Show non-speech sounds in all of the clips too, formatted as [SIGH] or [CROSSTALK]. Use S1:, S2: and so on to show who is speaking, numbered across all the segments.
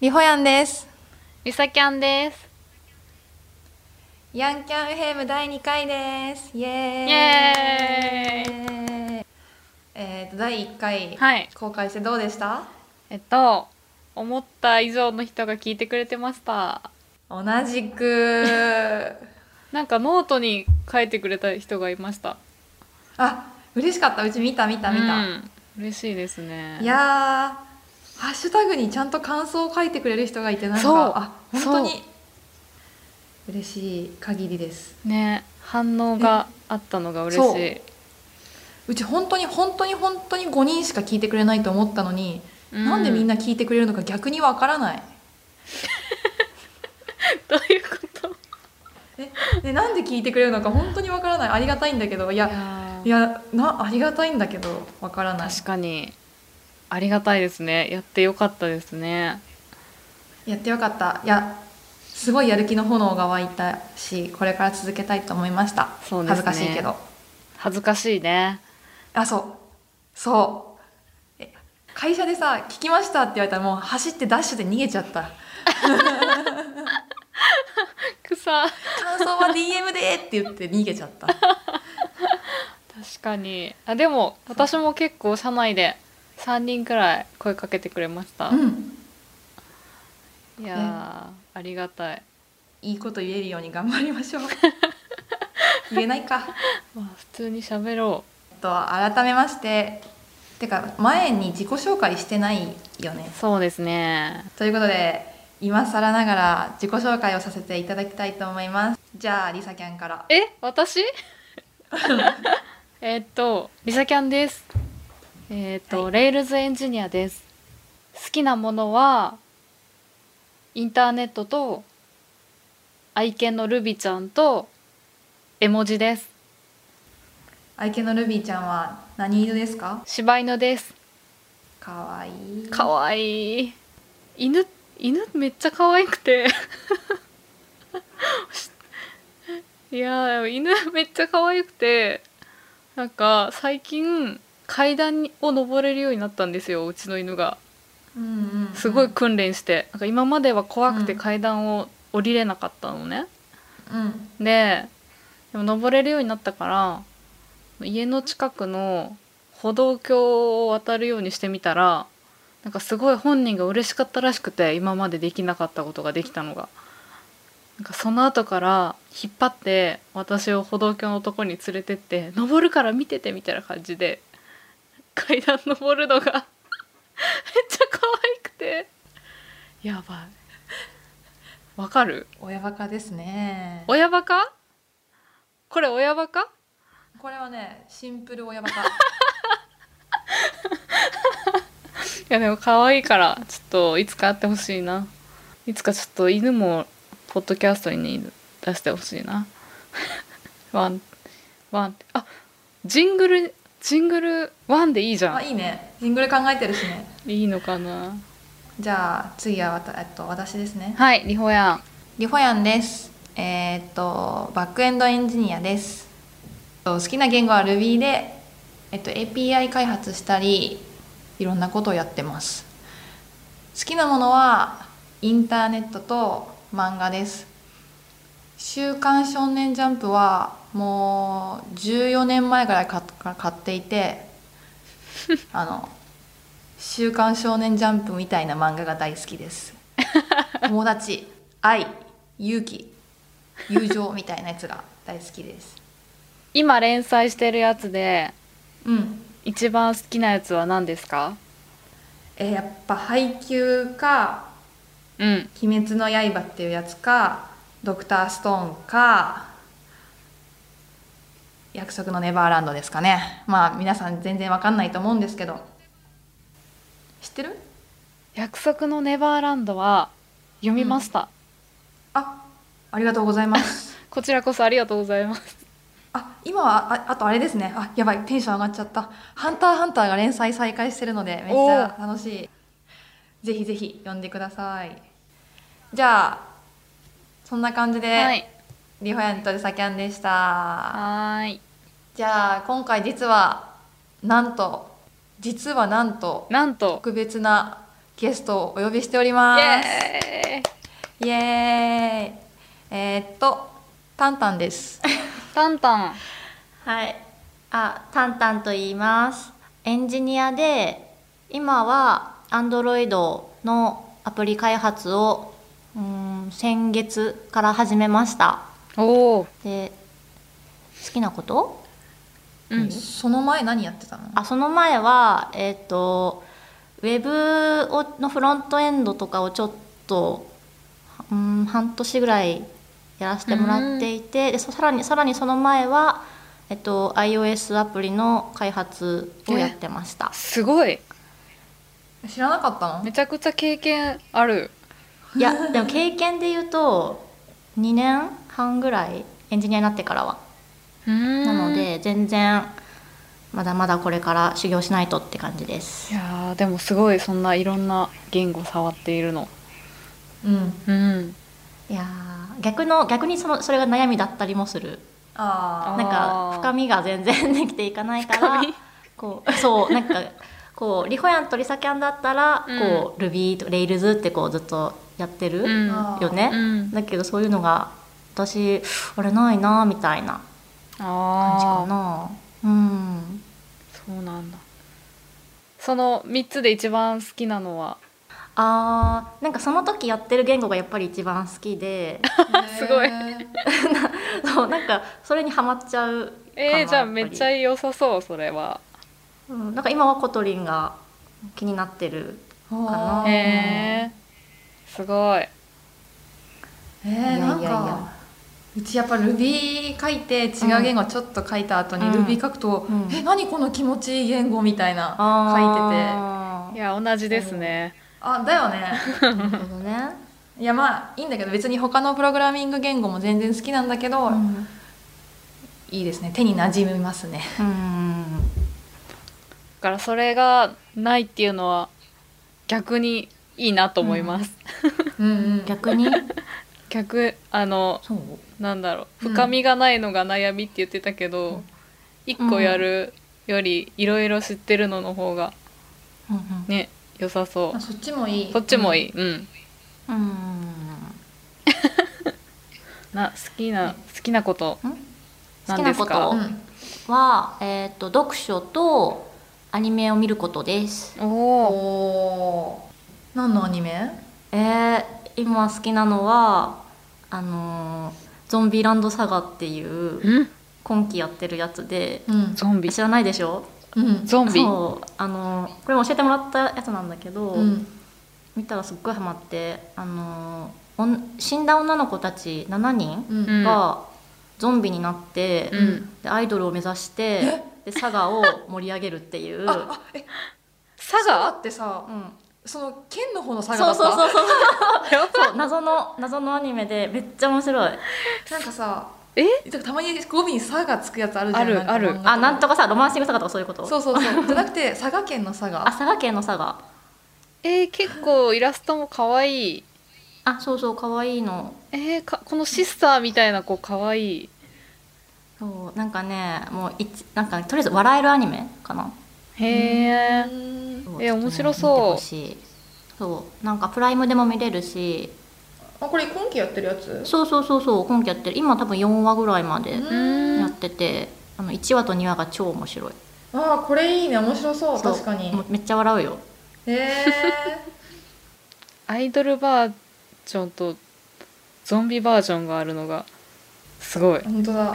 S1: りほやんです
S2: りさきゃんです。
S1: ヤンキャン FM 第2回ですイエーイ
S2: イエ
S1: えーと第1回、
S2: はい
S1: 公開してどうでした
S2: えっと、思った以上の人が聞いてくれてました。
S1: 同じく [LAUGHS]
S2: なんかノートに書いてくれた人がいました。
S1: あ嬉しかったうち見た見た見た、
S2: うん嬉しいですね。
S1: いやーハッシュタグにちゃんと感想を書いてくれる人がいてなん
S2: そう
S1: かあ本当に嬉しい限りです
S2: ね、反応があったのが嬉しい。
S1: うち本当に本当に本当に5人しか聞いてくれないと思ったのに、なんでみん
S2: な
S1: な聞いてくれるのか逆にわからない
S2: どう [LAUGHS] いうこと？
S1: [LAUGHS] でなんで聞いてくれるのか本当にわからないありがたいんだけどい
S2: い
S1: や
S2: や
S1: いやなありがたいんだけどわからない
S2: 確かにありがたいですね。やってよかったですね。
S1: やってよかったいやすごいやる気の炎が湧いたしこれから続けたいと思いました、
S2: そうです
S1: 恥ず
S2: ね
S1: かしいけど
S2: 恥ずかしいね。
S1: あそうそうえ会社でさ「聞きました」って言われたらもう走ってダッシュで逃げちゃった
S2: 草。
S1: 感想は DM でって言って逃げちゃった
S2: 確かにあでも私も結構社内で3人くらい声かけてくれました、
S1: うん
S2: いやーありがたい
S1: いいこと言えるように頑張りまし
S2: [LAUGHS]
S1: ょう言えないか
S2: まあ普通に喋ろ
S1: えっと改めましててか前に自己紹介してないよね
S2: うそうですね
S1: ということで今更ながら自己紹介をさせていただきたいと思いますじゃありさきゃんから
S2: え [LAUGHS] 私えっとりさきゃんですえっと、
S1: はい
S2: レールズエンジニアです好きなものはインターネットと愛犬のルビちゃんと絵文字です
S1: 愛犬のルビーちゃんは何色ですか
S2: 柴犬です
S1: かわいい
S2: かわいい犬犬めっちゃ可愛くて [LAUGHS] いやー犬めっちゃ可愛くてなんか最近階段にを登れるようになったんですようちの犬が
S1: うんうんうん
S2: すごい
S1: うん
S2: 訓練してなんか今までは怖くて
S1: うん
S2: 階段を降りれなかったのね、ででも登れるようになったから家の近くの歩道橋を渡るようにしてみたらなんかすごい本人が嬉しかったらしくて今までできなかったことができたのがなんかその後から引っ張って私を歩道橋のとこに連れてって登るから見ててみたいな感じで階段登るのがめっちゃ可愛くてやばいわかる
S1: 親バカですね
S2: 親バカこれ親バカ
S1: これはねシンプル親バカ
S2: いやでも可愛いからちょっといつか会ってほしいないつかちょっと犬もポッドキャストに、ね、出してほしいな [LAUGHS] ワンワンってあジングルジングルワンでいいじゃ
S1: あ
S2: ん
S1: いいねジングル考えてるしね
S2: いいのかな
S1: じゃあ次はわた、えっと、私ですね
S2: はいリホヤン
S1: リホヤンです。えーっとバックエンドエンジニアです。えっと好きな言語は Ruby で、えっと API 開発したり、いろんなことをやってます。好きなものはインターネットと漫画です。週刊少年ジャンプはもう14年前ぐらい買っ買っていて、あの週刊少年ジャンプみたいな漫画が大好きです。 [LAUGHS] 友達愛勇気友情みたいなやつが大好きです
S2: 今連載してるやつで
S1: うん、
S2: 一番好きなやつは何ですか
S1: えーやっぱ「配給」か
S2: うん
S1: 「鬼滅の刃」っていうやつか「ドクターストーン」か「約束のネバーランド」ですかねまあ皆さん全然わかんないと思うんですけど知ってる
S2: 約束のネバーランドは読みました、
S1: あありがとうございます
S2: こちらこそありがとうございます
S1: あ今はああとあれですねあやばいテンション上がっちゃった「ハンターハンター」が連載再開してるのでめっちゃ楽しいぜひぜひ読んでくださいじゃあそんな感じで、
S2: はい
S1: リホヤンとルサキャンでした
S2: はーい
S1: じゃあ今回実はなんと実はなんと
S2: なんと
S1: 特別なゲストをお呼びしております
S2: エーイ
S1: イエーイえーっとタンタンです
S2: タンタン
S3: はい。あ、タンタンと言います。エンジニアで、今は Android のアプリ開発を、うーん、先月から始めました。
S2: おお
S3: で、好きなこと
S2: うん
S1: その前何やってたの
S3: あ、その前は、えっ、と、ウェブをのフロントエンドとかをちょっと、うーん、半年ぐらいやらせてもらっていて、でそさらに、さらにその前は、えっと、iOS アプリの開発をやってました。
S2: すごい
S1: 知らなかったの
S2: めちゃくちゃ経験ある
S3: いや、でも経験で言うと、2年半ぐらい、エンジニアになってからは。な
S2: な
S3: ので、全然、まだまだこれから修行しないとって感じです
S2: い。やーでもすごいそんないろんな言語触っているの
S1: うん
S2: うん
S3: いやー逆の逆にそのそれが悩みだったりもする
S1: あ
S3: なん
S2: あー
S3: か深みが全然できていかないから
S2: 深み
S3: こうそうなんかこうリホヤンとリサキャンだったら、こう Ruby と Rails ってこうずっとやってる
S2: うん
S3: よね、
S2: うん
S3: だけどそういうのが私あれないなみたいな感
S2: あ
S3: じか
S2: あ
S3: なうん
S2: そうなんだその3つで一番好きなのは
S3: あーなんかその時やってる言語がやっぱり一番好き
S2: [LAUGHS]
S3: で
S1: あ
S2: すごい
S3: そうなんかそれにはまっちゃうかな
S2: えー、じゃ
S3: や
S2: あ
S3: っぱ
S2: め
S3: り
S2: っちゃ良さそうそれは
S3: うん、なんか今はコトリンが気になってる
S1: か
S3: うん
S1: な
S3: へ
S2: へえすごい
S1: え
S3: や
S1: ー、
S3: いや
S1: なん
S3: いや
S1: かうちやっぱ Ruby 書いて違う言語ちょっと書いた後に
S3: うん
S1: Ruby 書くと「
S3: うん
S1: え何この気持ちいい言語」みたいな書いてて
S3: あ
S2: いや同じですね
S1: あだよね
S3: 書いててなるほどね、
S1: いやまあいいんだけど別に他のプログラミング言語も全然好きなんだけど、
S3: うん
S1: いいですね手に馴染みますね
S3: うん、
S2: だからそれがないっていうのは逆にいいなと思います、
S1: うんうん
S3: 逆に
S2: 逆あの
S3: [LAUGHS] そう
S2: なんだろう
S1: うん
S2: 深みがないのが悩みって言ってたけど、一個やるよりいろいろ知ってるのの方が
S3: うんうん
S2: ね良さそ
S1: あ
S2: う
S1: そっちもいい
S2: そっちもい
S1: い、
S2: いうん
S3: うん
S2: な好きな好きなこと
S3: 好
S2: 何
S3: き
S2: で
S3: な
S2: す
S3: こ
S2: か
S3: と
S1: うん
S3: は、えっと読書とアニメを見ることです
S2: おお
S1: おー何のアニメ
S3: えー、今好きなのはあのーゾンビランドサガ」っていう今期やってるやつで
S1: うん
S2: ゾンビ
S3: 知らないでしょ
S1: うん
S2: ゾンビ
S3: そうあのーこれも教えてもらったやつなんだけど、
S1: うん
S3: 見たらすっごいハマってあのおん死んだ女の子たち7人
S1: うん
S2: うん
S3: がゾンビになって、
S2: うん
S3: でアイドルを目指してで佐賀を盛り上げるっていう、うん、
S1: ああえ
S2: 佐
S1: 佐賀
S2: 賀
S1: ってさ、その県の方の佐賀だ
S3: そう
S1: った
S3: そうそうそう
S2: やば
S3: そう謎の謎のアニメでめっちゃ面白い
S1: なんかさ
S2: え
S1: てかたまに語尾に「さ」がつくやつあるじゃん
S2: ある
S1: なんか
S2: ある
S1: 漫画か
S3: あなんとかさロマンシング佐賀とかそういうこと
S1: そうそうそうじゃなくて佐賀県の佐
S3: あ
S1: 賀
S3: 佐賀県の佐賀
S2: えー、結構イラストも可愛い
S3: あそうそう可愛いの
S2: えー、かこのシスターみたいな子可愛い
S3: そうなんかねもういちなんかとりあえず笑えるアニメかな
S2: へ
S1: う
S2: え
S1: ん
S3: そ
S2: え
S3: うちょっとね
S2: 面白そう
S3: 見てほしいそうなんかプライムでも見れるし
S1: あこれ今期やってるやつ
S3: そうそうそうそう今期やってる今多分4話ぐらいま
S2: う
S3: でや
S2: ー
S3: っ
S2: ん
S3: てて、あの1話と2話が超面白い
S1: ああこれいいね面白そう
S3: そう
S1: 確かに
S3: もうめっちゃ笑うよ
S1: へえ
S2: アイドルバージョンとゾンビバージョンがあるのがすごい
S1: 本当だ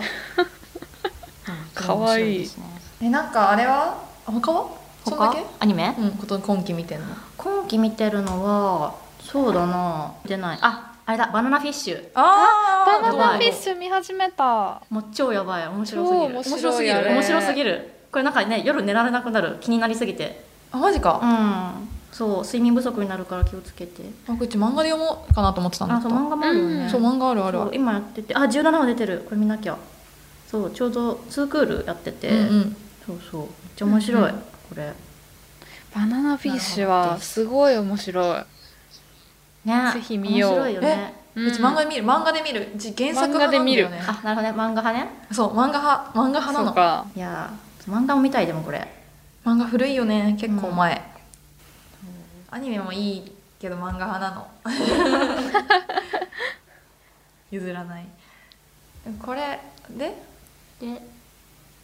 S2: かわいい
S3: 面白ですね
S1: えなんかあれはあ他はそんだ
S3: 他
S1: け
S3: アニメ、
S1: うんこと今期見てんの
S3: 今期見てるのはそうだな出ないああれだバナナフィッシュ
S1: あ
S2: バ
S3: ナ
S2: ナ
S3: ナ
S2: ナ
S3: フ
S2: フ
S3: ィ
S2: ィ
S3: ッ
S2: ッ
S3: シ
S2: シュ見始めた
S3: もう超やばい面白すぎる
S2: 面
S1: 白い
S2: 白すぎ
S1: あ
S2: る
S1: れ
S3: 面白すぎるこれなんかね夜寝られなくなる気になりすぎて
S1: あマジ
S3: う
S1: か
S3: んそう睡眠不足になるから気をつけて
S1: あこっち漫画で読もうかなと思ってたんだ
S3: あ
S1: った
S3: そう漫画もあるよね、
S2: うん
S1: そう漫画あるある
S3: そ
S1: あ
S3: う
S1: る
S3: 今やっててあ17話出てるこれ見なきゃそうちょうどツークールやってて、
S1: うんうん
S3: そうそうめっちゃ面白い、
S2: うん
S3: これ
S2: バナナフィッシュはすごい面白い
S3: ね
S2: ぜひ見よう
S3: 面白いよね
S1: うち漫画で見る漫画で見るうち原作派なんだよ
S2: 漫画で
S1: ね
S3: あなるほどね漫画派ね
S1: そう漫画派漫画派な
S2: そ
S1: の
S2: うか
S3: いやー漫画も見たいでもこれ
S1: 漫画古いよね結構前、アニメもいいけど漫画派なの譲らないこれで
S3: で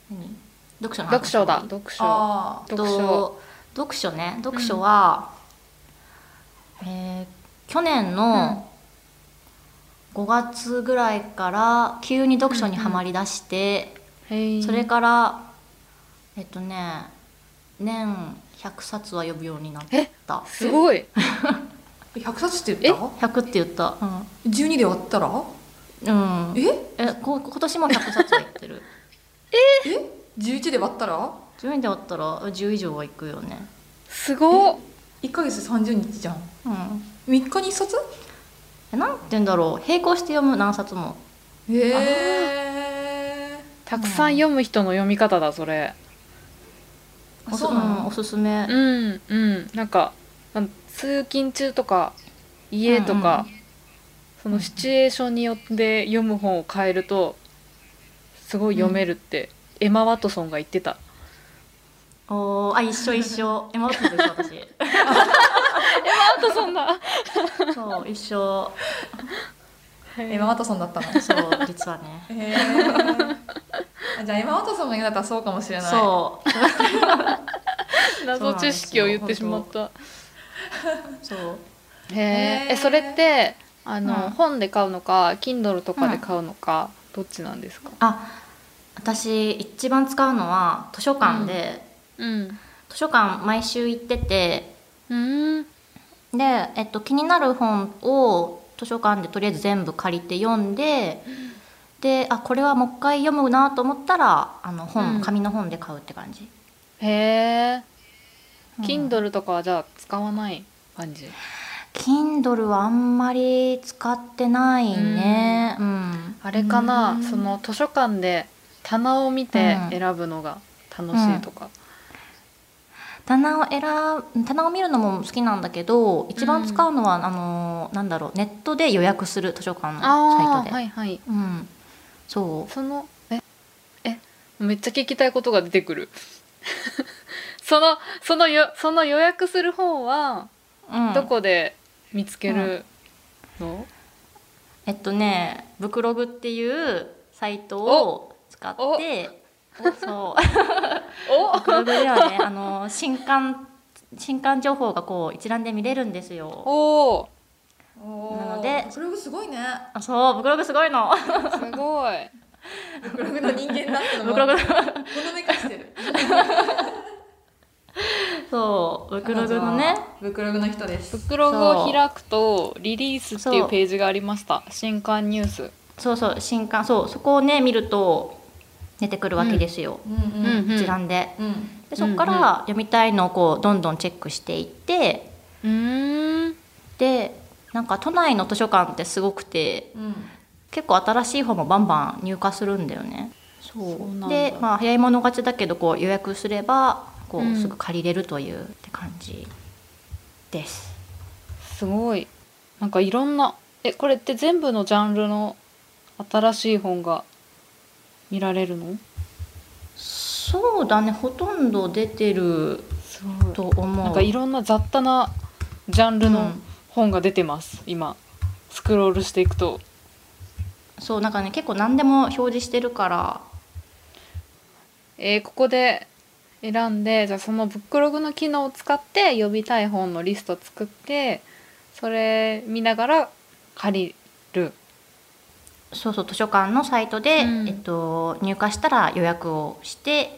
S3: 何読書の話
S2: 読書だ読書
S1: あ
S3: えっと
S2: 読書
S3: 読書ね読書は、えー去年の5月ぐらいから急に読書にはまりだして、
S2: へい
S3: それからえっとね年100冊は読むようになった
S2: すごい
S1: あ100冊って言った
S3: 100って言った
S1: 12で割ったら
S3: うん、うん、
S1: え
S3: えこ今年も100冊はいってる [LAUGHS]
S1: え11で割ったら
S3: 順位であったら10以上はいくよね
S2: すごっ
S1: 1ヶ月30日じゃん
S3: うん
S1: 3日に1冊
S3: えなんて言うんだろう並行して読む何冊も
S1: へえ
S2: たくさん読む人の読み方だそれ
S1: あそうな
S3: うんお
S1: の
S3: すすめ
S2: うんうんなんかあの通勤中とか家とか、そのシチュエーションによって読む本を変えるとすごい読めるって、エマ・ワトソンが言ってた
S3: おーあ一緒一緒今私と一緒私
S2: ワトソンだ
S3: そう一緒
S1: エマ・ワトソンだったの
S3: そう実はね
S1: へえー、あじゃあエマ・ワトソンが言うんだったらそうかもしれない
S3: そう
S2: [LAUGHS] 謎知識を言ってしまった
S3: そう
S2: へえ
S1: へー
S2: えそれってあの、
S3: うん
S2: 本で買うのか Kindle とかで買うのか、どっちなんですか
S3: あ私一番使うのは図書館で、
S2: うん
S3: 図書館毎週行ってて
S2: うん
S3: で、えっと、気になる本を図書館でとりあえず全部借りて読んで、であこれはもう一回読むなと思ったらあの本、
S2: うん
S3: 紙の本で買うって感じ
S2: へえ、
S3: うん
S2: Kindle とかはじゃあ使わない感じ
S3: Kindle はあんまり使ってないねうん、
S2: あれかな、
S1: うん
S2: その図書館で棚を見て
S3: うん
S2: 選ぶのが楽しいとか、
S3: 棚を選ぶ棚を見るのも好きなんだけど一番使うのは、あのなんだろうネットで予約する図書館のサ
S2: あ
S3: イト
S2: あ
S3: で、
S2: はいはい
S3: うんそう
S2: そのええめっちゃ聞きたいことが出てくる [LAUGHS] そのそのよその予約する本は
S3: うん
S2: どこで見つけるの、
S3: えっとねブクログっていうサイトを使ってそう [LAUGHS] ブクログではねあの新刊新刊情報がこう一覧で見れるんですよ
S2: おお
S1: おー
S3: なので
S1: それもすごいね
S3: あそうブクログすごいの
S2: ーすごい
S1: ブログの人間だっての
S3: ブクログ
S1: ほのめかしてる
S3: そうブクログのね
S1: ブクログの人です
S2: ブクログを開くとリリースってい
S3: そうう
S2: ページがありました新刊ニュース
S3: そうそう新刊そうそこをね見ると出てくるわけですよ、
S1: うんうん
S2: うんうん
S3: 一覧で
S1: うん
S3: でそこから読みたいのをこうどんどんチェックしていって
S2: うーん
S3: でなんか都内の図書館ってすごくて
S1: うん
S3: 結構新しい本もバンバン入荷するんだよねそう
S2: そうなんだ
S3: で、まあ、早い者勝ちだけどこう予約すればこ
S2: う
S3: うんすぐ借りれるというって感じです、
S2: すごいなんかいろんなえこれって全部のジャンルの新しい本が見られるの
S3: そうだねほとんど出てる
S2: すごい
S3: と思う
S2: なんかいろんな雑多なジャンル
S3: う
S2: の
S3: ん
S2: 本が出てます、今スクロールしていくと
S3: そうなんかね結構何でも表示してるから
S2: えーここで選んでじゃあそのブックログの機能を使って読みたい本のリスト作ってそれ見ながら借りる
S3: そうそう図書館のサイトで、
S2: うん
S3: えっと、入荷したら予約をして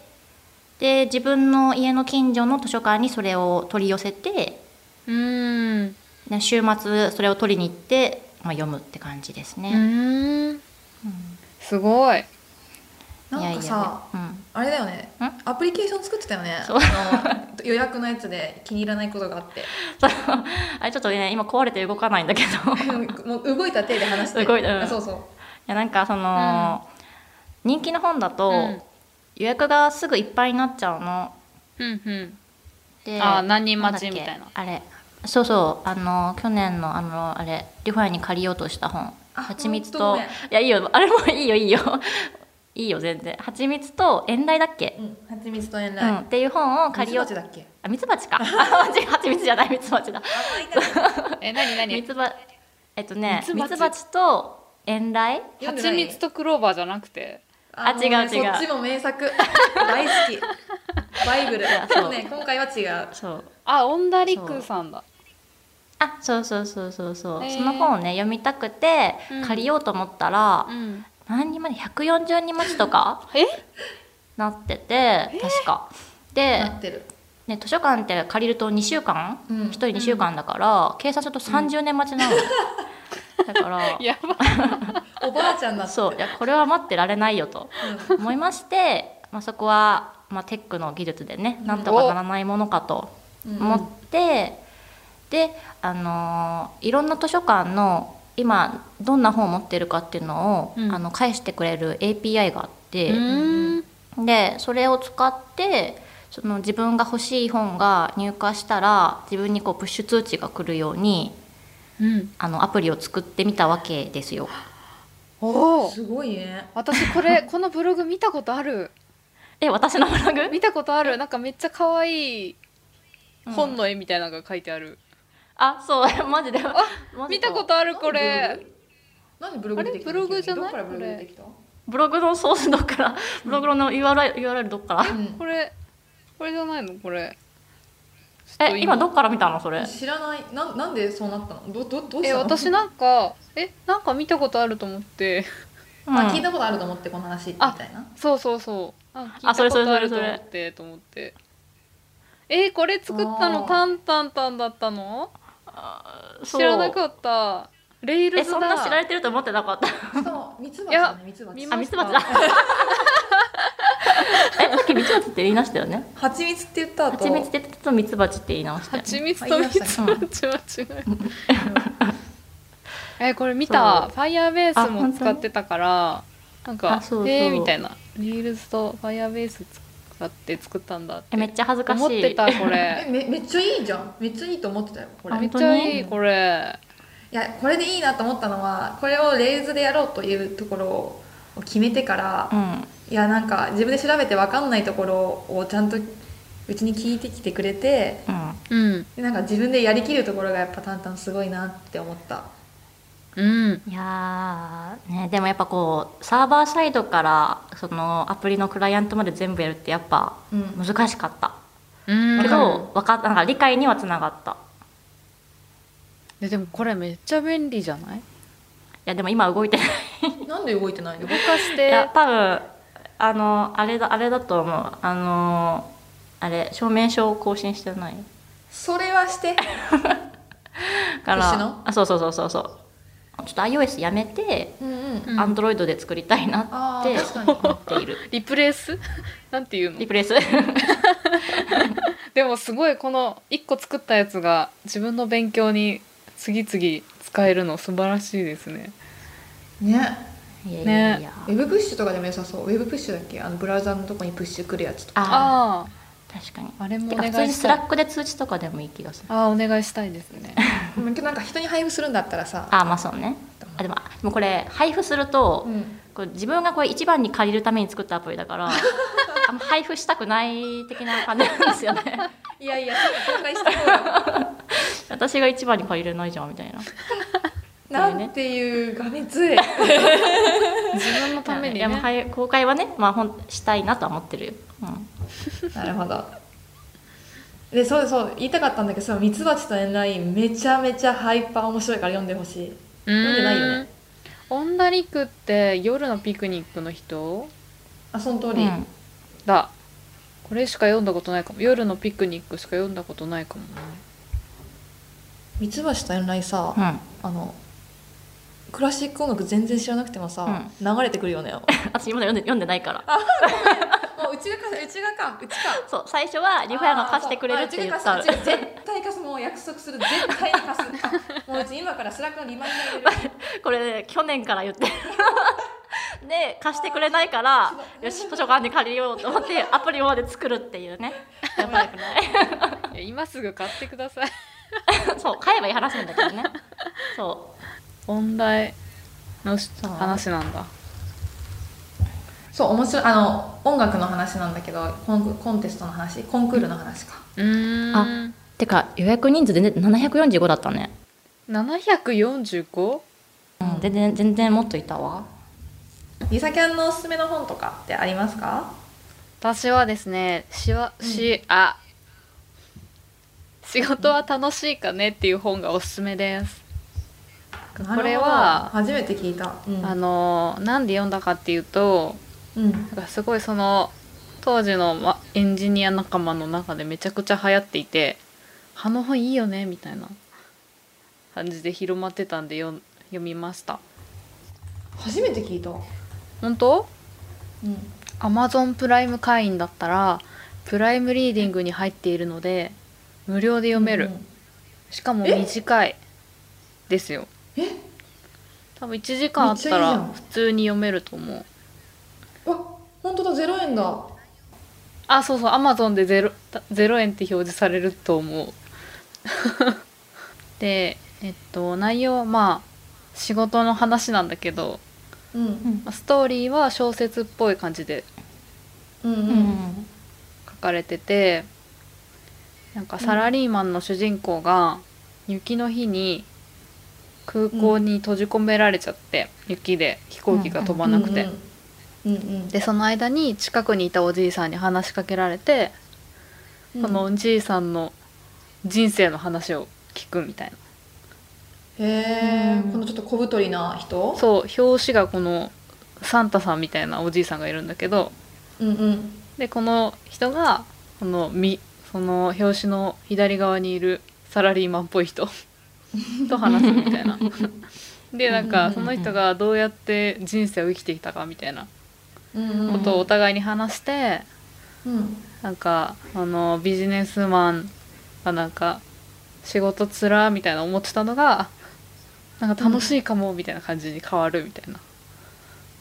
S3: で自分の家の近所の図書館にそれを取り寄せて
S2: うーん
S3: で週末それを取りに行って、まあ、読むって感じです
S2: う
S3: ね。
S2: ーんすごい
S1: なんかさ
S3: いやいやうん [LAUGHS]
S1: あれだよね
S3: ん
S1: アプリケーション作ってたよね
S3: そう
S1: あの予約のやつで気に入らないことがあって [LAUGHS]
S3: そうあれちょっとね今壊れて動かないんだけ
S2: [LAUGHS]
S3: どい
S1: もう動いた手で話して
S3: 動いたうん
S1: あそうそう
S3: やなんかその、人気の本だと、
S2: うん
S3: 予約がすぐいっぱいになっちゃうの。
S2: うんうん
S3: で
S2: あー何人
S3: なんだっ
S2: 待
S3: け
S2: ちみたいな
S3: あれそうそうあの去年のあのあれリファイに借りようとした本「
S1: あ
S3: はちみつ
S1: ほ
S3: と」
S1: んとごめん
S3: いやいいよあれもいいよいいよいいよ全然蜂蜜と遠雷だっけ、
S1: うん、蜂蜜と遠
S3: うん、っていう本を借りよう
S1: だっけ
S3: あミツバチ
S2: [LAUGHS]
S3: かあ間違え蜂蜜じゃないミツバチだ
S2: [LAUGHS] え、なにな
S3: ミ
S2: に
S3: ツバえっとね
S2: ミツバ
S3: ミ
S2: チ
S3: ツバチと遠雷
S1: 読んで
S2: 蜂
S1: ない
S2: 蜜とクローバーじゃなくて。
S1: あのね
S3: 違う違う
S1: そっちも名作大好きバイブル
S3: やそう
S1: そうね今回は違う
S3: そう
S2: あ、オンダリックさんだ。
S3: あそうそうそうそうそう、
S2: へー
S3: その本をね読みたくて
S2: うん
S3: 借りようと思ったら、
S2: うん。
S3: 何人まで140人持ちとか
S2: え
S3: なってて確か、で
S1: な、ってる
S3: ね、図書館って借りると2週間、
S1: うん
S3: 1人2週間だから、計算すると30年待ちなの、だから
S2: やばい。
S1: おばあちゃんだった
S3: そういやこれは待ってられないよと
S1: うん
S3: 思いまして、まあ、そこは、まあ、テックの技術でね
S1: うん
S3: なんとかならないものかと思って、で、あのーいろんな図書館の今どんな本を持ってるかっていうのを、
S2: うん
S3: あの返してくれる API があって、
S2: うん。
S3: でそれを使ってその自分が欲しい本が入荷したら自分にこうプッシュ通知が来るように
S2: うん。
S3: あのアプリを作ってみたわけですよ。
S2: おお。
S1: すごいね
S2: 私これ、こ [LAUGHS] のブログ見たことある。
S3: え私のブログ
S2: 見たことある。なんかめっちゃ可愛い
S3: うん
S2: 本の絵みたいなのが書いてある。
S3: あそう [LAUGHS] マジでマジで
S2: 見たことあるこれ。
S1: 何ブログ出てきた
S2: あれブログじゃない
S1: どっからブログ出てきた
S3: ブログのソースどっからブログの URL, URL どっから
S2: これ、これじゃないのこれ。
S3: え今ど
S2: こ
S3: っから見たのそれ
S1: 知らないなんなんでそうなったのどどどうし
S2: え、
S1: たの
S2: 私なんか、え、なんか見たことあると思って。
S3: うん
S1: あ聞いたことあると思ってこの話みたいな
S2: そうそうそう。あ、聞
S3: あ
S2: いた
S3: それ
S2: こ
S3: それ
S2: とある
S3: そ
S2: と
S3: れそれ
S2: 思って、と思って。えーこれ作った
S1: あー
S2: のタンタンタンだったの
S3: そ
S2: 知
S3: う
S2: らなかった。レイル
S3: え
S2: ズ
S3: そんな知ら
S2: だ。
S3: れてると思ってなかった
S1: しかもミツバチだねミツバ
S2: 見
S1: チ
S2: ま
S3: あミ
S2: し
S3: ツ
S2: た [LAUGHS]
S3: バチだえさっきミツバチって言いましたよね
S1: 蜂蜜って言った後
S3: 蜂蜜って言ったとミツバチって言い直したよね
S2: 蜂蜜と蜜蜂は違
S3: [LAUGHS]
S2: う。えーこれ見
S3: そ
S2: た。
S3: う
S2: ファイヤーベース
S3: あ
S2: も
S3: 本当
S2: 使ってたから、なんか、
S3: あそうそう
S2: えーみたいな。レイルズとファイヤーベース使って作ったんだって。
S3: えめっちゃ恥ずかしい
S2: 思ってた、こ
S1: え
S2: れ。
S3: [LAUGHS]
S1: めめっちゃいいじゃんめっちゃいいと思ってたよこれ
S3: あ
S2: めっ
S1: い
S2: ちゃいい、これ。
S1: やこれでいいなと思ったのはこれをレイズでやろうというところを決めてから、
S3: うん
S1: いやなんか自分で調べて分かんないところをちゃんとうちに聞いてきてくれて
S3: うん
S2: うん。
S1: でなんか自分でやりきるところがやっぱタンタンすごいなって思った
S2: うん。
S3: いやーね、でもやっぱこうサーバーサイドからそのアプリのクライアントまで全部やるってやっぱ
S1: うん
S3: 難しかった、
S2: うん
S3: けどわかなんか理解にはつながったい
S2: えでもこれめっちゃ便利じゃない
S3: やでも今動いてない
S1: なんで動いてないの
S2: 動かし
S3: い
S2: て
S3: や多分あのあれだあれだと思うあのあれ証明書を更新してない
S1: それはして
S3: か
S1: 私の
S3: らあそうそうそうそうそうちょっと iOS やめて、
S1: うんうん
S2: うん
S3: Android で作りたいな
S1: あ
S3: っ
S1: ー
S3: て
S1: 確かに
S3: 思っている
S2: リプレイス [LAUGHS] なんていうの
S3: リプレ
S1: [LAUGHS]
S3: イス
S2: でもすごいこの1個作ったやつが自分の勉強に次々使えるの素晴らしいですね
S1: ね
S3: いやいやいや、
S1: ウェブプッシュとかでも良さそうウェブプッシュだっけあのブラウザのとこにプッシュ来るやつとか
S3: あ
S2: あ
S3: あ確かに
S2: ああれもお
S3: てか
S2: 願
S3: 普通
S2: い
S3: に
S2: し
S3: ス
S2: た
S3: ラ
S2: い
S3: ックで通知とかでもいい気がする
S2: ああお願いしたいですね
S1: うんなんか人に配布するんだったらさ、
S3: あまあそうねあでもあでもこれ配布すると、
S1: うん、
S3: こう自分がこれ一番に借りるために作ったアプリだからあんま配布したくない的な感じなんですよ
S2: [LAUGHS]
S3: ね
S1: いやいや公開した方 [LAUGHS] が
S3: 私が一番に借りれないじゃんみたいな
S1: なんていうがめつい
S2: 自分のために
S3: いやもう
S2: ね
S3: 配公開はね、まあ、ほんしたいなとは思ってるよ、うん、
S1: なるほどでそうそう言いたかったんだけどそのミツバチとエンラインめちゃめちゃハイパー面白いから読んでほしい読んでないよね
S2: オンダリクって夜のピクニックの人
S1: あその通
S3: う
S1: り、
S3: ん
S2: だこれしか読んだことないかも夜のピクニックしか読んだことないかもな
S1: ミツバチとエンラインさ、
S3: うん
S1: あのクラシック音楽全然知らなくてもさ、流れてくるよ
S3: [LAUGHS]
S1: ねもう
S3: 私今まで読んで読んでないから
S1: うちがかうちがかうちか
S3: そう最初はリファヤが貸してくれるって言った
S1: あうちが貸すうち絶対貸すもう約束する絶対に貸すあもううち今からスラックのリマインダー
S3: [LAUGHS]
S1: 入れる
S3: これ、ね、去年から言って [LAUGHS] で貸してくれないからよし図書館で借りようと思ってアプリまで作るっていうねやばくない
S2: いや今すぐ買ってください
S3: そう買えばいい話なんだけどねそ
S2: 音大のし
S3: そう
S2: 話なんだ
S1: そう面白いあの音楽の話なんだけどコンクコンテストの話コンクールの話か
S2: うーん
S3: あてか予約人数で、ね、745だったね、
S2: 745?
S3: うん、全然全然もっといたわ
S1: リサキャンのおすすめの本とかってありますか
S2: 私はですねしわし、あ仕事は楽しいかねっていう本がおすすめです、これは
S1: なるほど初めて聞いた、うん
S2: あのなんで読んだかっていうと
S1: うん
S2: なんかすごいその当時の、ま、エンジニア仲間の中でめちゃくちゃ流行っていて「あの本いいよね」みたいな感じで広まってたんで読ん読みました
S1: 初めて聞いた、うん、
S2: 本当 Amazon プライム会員だったらプライムリーディングに入っているので無料で読める、
S1: うん
S2: しかも
S1: え
S2: 短いですよ
S1: え
S2: 多分1時間あっ
S1: め
S2: た
S1: っちゃいい
S2: ら
S1: じゃん
S2: 普通に読めると思う
S1: わ本当だゼロ円だ
S2: あそうそう Amazon で 0, 0円って表示されると思うでえっと内容はまあ仕事の話なんだけど
S1: うん
S2: まあストーリーは小説っぽい感じで
S1: うんう
S3: うんん
S2: 書かれててなんかサラリーマンの主人公が雪の日に空港に閉じ込められちゃって、雪で飛行機が飛ばなくて、
S1: うんうん
S2: でその間に近くにいたおじいさんに話しかけられて、
S1: うん
S2: そのおじいさんの人生の話を聞くみたい
S1: へえ
S3: うん
S1: このちょっと小太りな人
S2: なそう表紙がこのサンタさんみたいなおじいさんがいるんだけど
S1: ううんうん
S2: でこの人がこのみその表紙の左側にいるサラリーマンっぽい人 [LAUGHS] と話すみた
S1: [LAUGHS]
S2: いな。でなんかその人がどうやって人生を生きてきたかみたいな
S1: うんうん
S2: ことをお互いに話して、
S1: うん
S2: なんかあのビジネスマンがなんか仕事つらみたいな思ってたのがなんか楽しいかもみたいな感じに変わるみたいな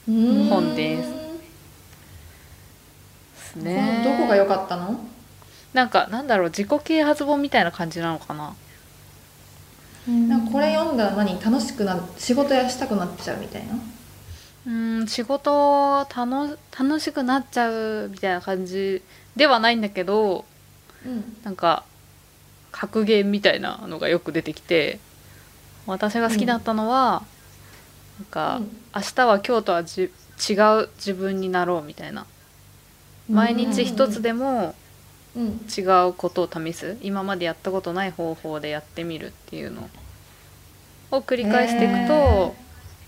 S2: で
S1: うん
S2: 本ですすね。
S1: どこが良かったの
S2: なんかなんだろう自己啓発本みたいな感じなのかな。
S1: なんかこれ読んだら何楽しくな仕事やしたくなっちゃうみたいな
S2: うん仕事楽楽しくなっちゃうみたいな感じではないんだけど
S1: うん
S2: なんか格言みたいなのがよく出てきて私が好きだったのは、なんか、
S1: うん
S2: 明日は今日とはじ違う自分になろうみたいな毎日一つでも
S1: うん
S2: 違うことを試す今までやったことない方法でやってみるっていうのを繰り返していくと、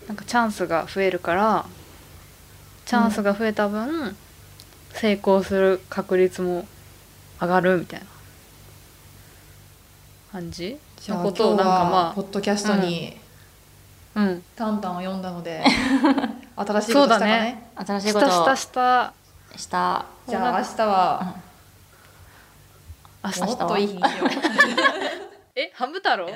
S2: なんかチャンスが増えるからチャンスが増えた分、成功する確率も上がるみたいな感じ
S1: じゃ
S2: の
S1: あ
S2: こ
S1: 今日
S2: とをなんか
S1: は
S2: ま
S1: ポッドキャストに
S2: あ、うん、
S1: タンタンを読んだの
S2: [LAUGHS]
S1: で新しいことしたかね
S3: 新しい
S2: し
S3: こ
S2: たし
S3: と
S2: たした
S3: した
S1: じゃあ明日は
S2: 明
S3: 明
S2: 日
S3: 日
S1: もっといい日にしよ
S2: えハム太郎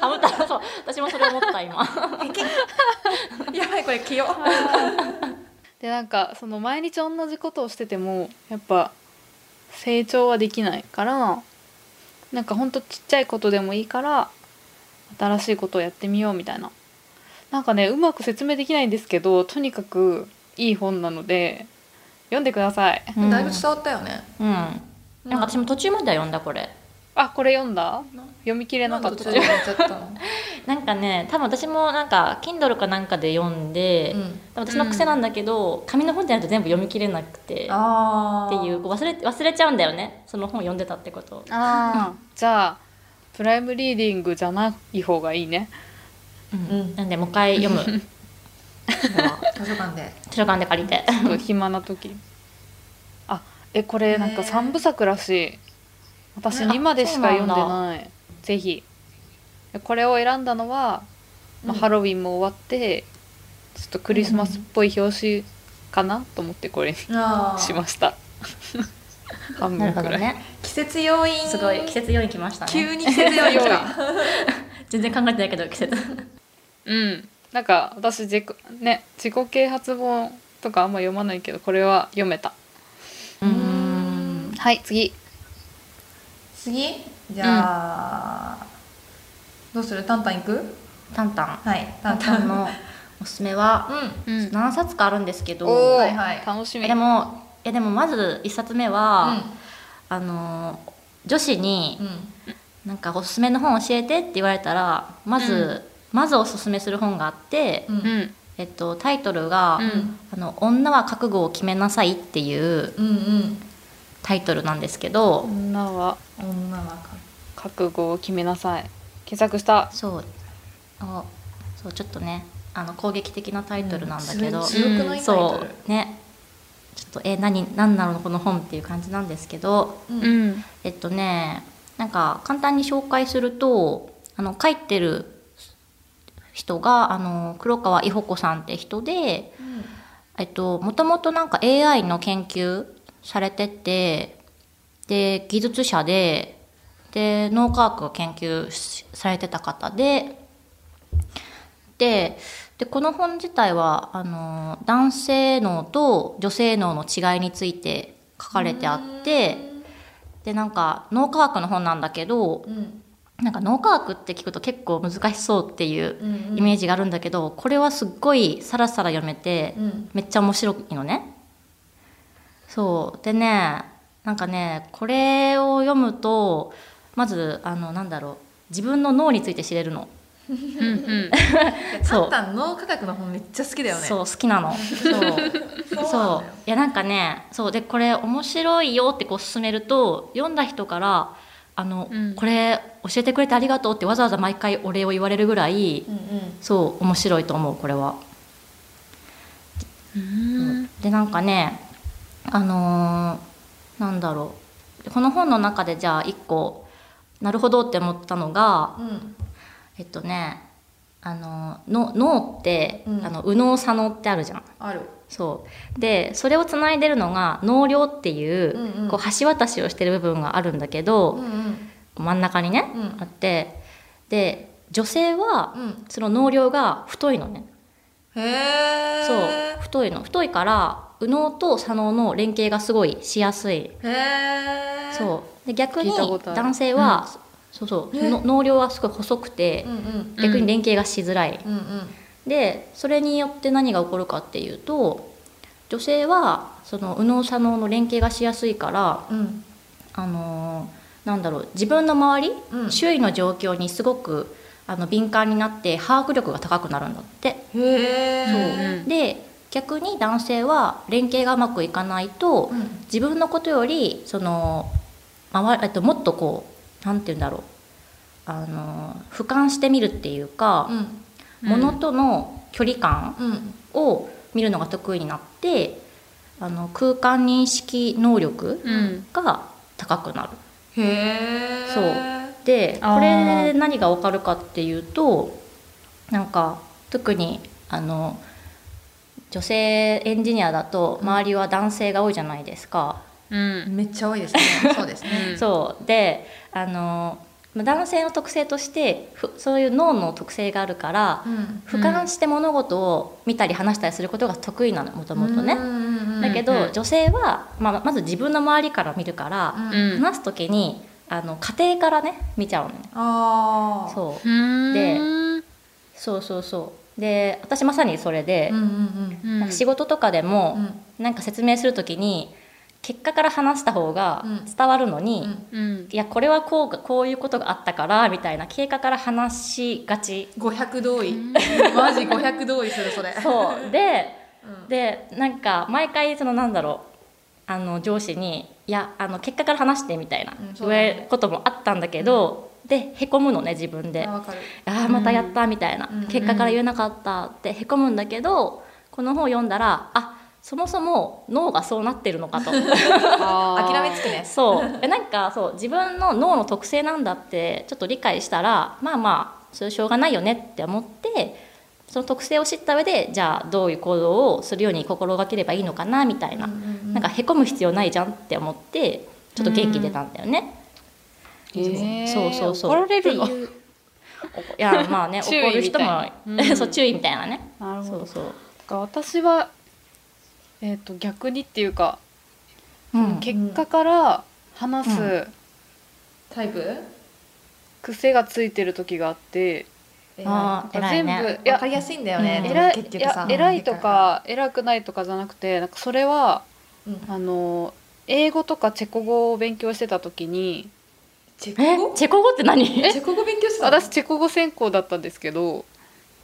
S3: あまたそう私もそれ思った今
S1: [LAUGHS] うやばいこれ着よう
S2: でなんかその毎日同じことをしててもやっぱ成長はできないからなんかほんとちっちゃいことでもいいから新しいことをやってみようみたいななんかねうまく説明できないんですけどとにかくいい本なので読んでください
S3: うん
S1: だいぶ伝わったよね
S3: うんなんか私も途中までは読んだこれ
S2: あこれ読んだ読み切れなかっ
S1: 途
S2: た
S1: 中でやっちゃったの
S3: なんかね多分私もなんか Kindle かなんかで読んで、
S1: うん
S3: 多分私の癖なんだけど、紙の本じゃないと全部読み切れなくてっ
S1: あ
S3: ていうこう忘れ忘れちゃうんだよねその本読んでたってこと
S2: [LAUGHS] あーじゃあプライムリーディングじゃない方がいいね
S3: うん
S1: うん
S3: なんでもう一回読む [LAUGHS] これは
S1: 図書館で
S3: 図書館で借りて
S2: ちょっと暇な時あえこれなんか三部作らしい私
S1: ね
S2: 2までしか
S3: あ
S2: 読
S3: そうんな
S2: で
S3: んだ
S2: ないぜひこれを選んだのは、まあ
S1: うん
S2: ハロウィンも終わってちょっとクリスマスっぽい表紙かなと思ってこれに
S1: あー
S2: しました半
S3: な
S2: 分
S3: る
S2: く
S3: ほど
S2: らい、
S3: ね
S1: 季節要因
S3: すごい季節用に来ましたね
S1: 急に季節要因が
S3: 全然考えてないけど季節
S2: うんなんか私自己,、ね、自己啓発本とかあんま読まないけどこれは読めた
S3: [LAUGHS] うーん
S2: はい次
S1: [LAUGHS] 次じゃあどうするタンタン行く
S3: タンタン
S1: はいタ
S3: タ
S1: ン
S3: ン
S1: タ
S3: タ
S1: ン
S3: ンのおすすめは
S1: う
S2: うん
S3: 何冊かあるんですけど、
S2: おお、
S1: はいはい
S2: 楽しみ
S3: えでもえでもまず1冊目は、あの女子に
S1: んうん
S3: なんかおすすめの本教えてって言われたらまず、まずおすすめする本があって、
S1: うん
S2: うんうん
S3: えっと、タイトルが、
S2: うん
S3: あの「女は覚悟を決めなさい」っていう
S1: うんうん
S3: タイトルなんですけど、
S2: 女は
S1: 女はか
S2: 覚悟を決めなさい検索した
S3: そうあそうちょっとねあの攻撃的なタイトルなんだけど、
S1: うん強くないタイ
S3: そ
S1: トル
S3: うねちょっとえ何何なのこの本っていう感じなんですけど
S1: う
S2: うんん
S3: えっとねなんか簡単に紹介するとあの書いてる人があの黒川伊保子さんって人でえっともともとなんか AI の研究されててで技術者でで脳科学を研究しされてた方でででこの本自体はあの男性脳と女性脳の違いについて書かれてあってでなんか脳科学の本なんだけど
S1: うん
S3: なんか脳科学って聞くと結構難しそうっていう
S1: うんうん
S3: イメージがあるんだけどこれはすっごいさらさら読めて
S1: うん
S3: めっちゃ面白いのね。そうでねなんかねこれを読むとまずあのなんだろう自分の脳について知れるの。
S2: うんうん
S1: タ
S3: そう
S1: ンタン脳科学の本めっちゃ好きだよね
S3: そう好きなの。そう
S1: そう
S3: そ
S1: そうう
S3: いやなんかねそうでこれ面白いよってこう勧めると読んだ人からあの、
S2: うん
S3: これ教えてくれてありがとうってわざわざ毎回お礼を言われるぐらい、
S1: うん
S3: そう面白いと思うこれは。
S2: うん
S3: でなんかねあのーなんだろうでこの本の中でじゃあ一個なるほどって思ったのが
S1: うんうん
S3: えっとねあのの脳って、
S1: うん
S3: あの右脳左脳ってあるじゃん。
S1: ある
S3: そうでそれをつないでるのが脳梁っていう,、
S1: うんうん
S3: こう橋渡しをしてる部分があるんだけど、
S1: うんうん
S3: 真ん中にね、
S1: うん
S3: あってで女性は、
S1: うん
S3: その脳梁が太いのね、
S1: へえ
S3: そう太いの太いから右脳と左脳の連携がすごいしやすい、
S1: へえ
S3: そうで逆に
S2: 聞いたことある
S3: 男性は、そうそう
S1: え
S3: の脳梁はすごい細くて、
S1: うんうん
S3: 逆に連携がしづらい、
S1: うんうん
S3: でそれによって何が起こるかっていうと女性はその右脳左脳の連携がしやすいから、
S1: うん
S3: あのーなんだろう自分の周り、
S1: うん
S3: 周囲の状況にすごくあの敏感になって把握力が高くなるんだって。
S1: へ
S3: そう
S1: え
S3: で逆に男性は連携がうまくいかないと、
S1: うん
S3: 自分のことよりその、まえっと、もっとこうなんて言うんだろうあの俯瞰してみるっていうか、
S1: うん
S2: うん
S3: 物との距離感
S1: うん
S3: を見るのが得意になってあの空間認識能力
S2: うん
S3: が高くなる。
S1: へえ
S3: そうで
S2: あー
S3: これ何がわかるかっていうとなんか特にあの女性エンジニアだと周りは男性が多いじゃないですか。
S2: うん
S1: めっちゃ多いですねそうですね
S2: うん
S3: そうであのまあ男性の特性としてふそういう脳の特性があるから
S1: うん
S3: 俯瞰して物事を見たり話したりすることが得意なのもともとね。だけど、
S2: うんうん
S3: 女性は、まあ、まず自分の周りから見るから、
S2: うん
S3: 話す時にあの家庭からね見ちゃうのね
S1: ああ
S3: そう
S2: うん
S3: でそうそうそうで私まさにそれで
S1: う、んうん
S2: う
S3: なんか
S2: ん
S3: 仕事とかで
S1: うんう
S3: も、
S1: ん
S3: なんか説明する時に結果から話した方が
S1: うん
S3: 伝わるのに、
S1: うん
S2: うん
S3: いやこれはこうがこういうことがあったからみたいな経過から話しがち
S1: 500同意マジ500同意するそれ
S2: [LAUGHS]
S3: そうで
S1: うん
S3: でなんか毎回そのなんだろうあの上司に「いやあの結果から話して」みたいな
S1: うんそ
S3: 言
S1: うだね
S3: われることもあったんだけど、でへこむのね自分で
S1: あわかる
S3: 「ああまたやった」みたいな、
S1: うん
S3: 結果から言えなかったってへこむんだけどこの本を読んだらあそもそも脳がそうなってる
S1: [LAUGHS]
S3: のかと
S1: 諦
S2: 諦
S1: めつくね
S3: そうえなんかそう自分の脳の特性なんだってちょっと理解したらまあまあそれしょうがないよねって思ってその特性を知った上でじゃあどういう行動をするように心がければいいのかなみたいな、なんかへこむ必要ないじゃんって思ってちょっと元気出たんだよね。
S2: えー
S3: そうそうそう
S2: 怒られるの
S3: っていういやまあね
S2: [LAUGHS] 注
S3: 怒
S2: 意
S3: る人も
S2: みたいな
S3: [LAUGHS] そう注意みたいなね。
S2: なるほ
S3: そ
S2: ど
S3: うそう。
S2: か私は、えー、と逆にっていうか、
S3: うん
S2: 結果から話
S3: う
S2: す
S1: タイプ
S2: 癖がついてる時があって
S3: あー偉いね
S2: 全部いや
S1: わかりやすいんだよね、
S3: う
S1: で
S3: ん
S1: も
S2: 偉い
S1: 結
S2: い
S1: 局さ
S2: や偉いとか偉くないとかじゃなくてなんかそれは
S1: うん
S2: あの英語とかチェコ語を勉強してた時に
S1: チェ
S3: え
S1: コ語
S3: チェコ語って何
S1: チェコ語勉強してたの
S2: 私チェコ語専攻だったんですけど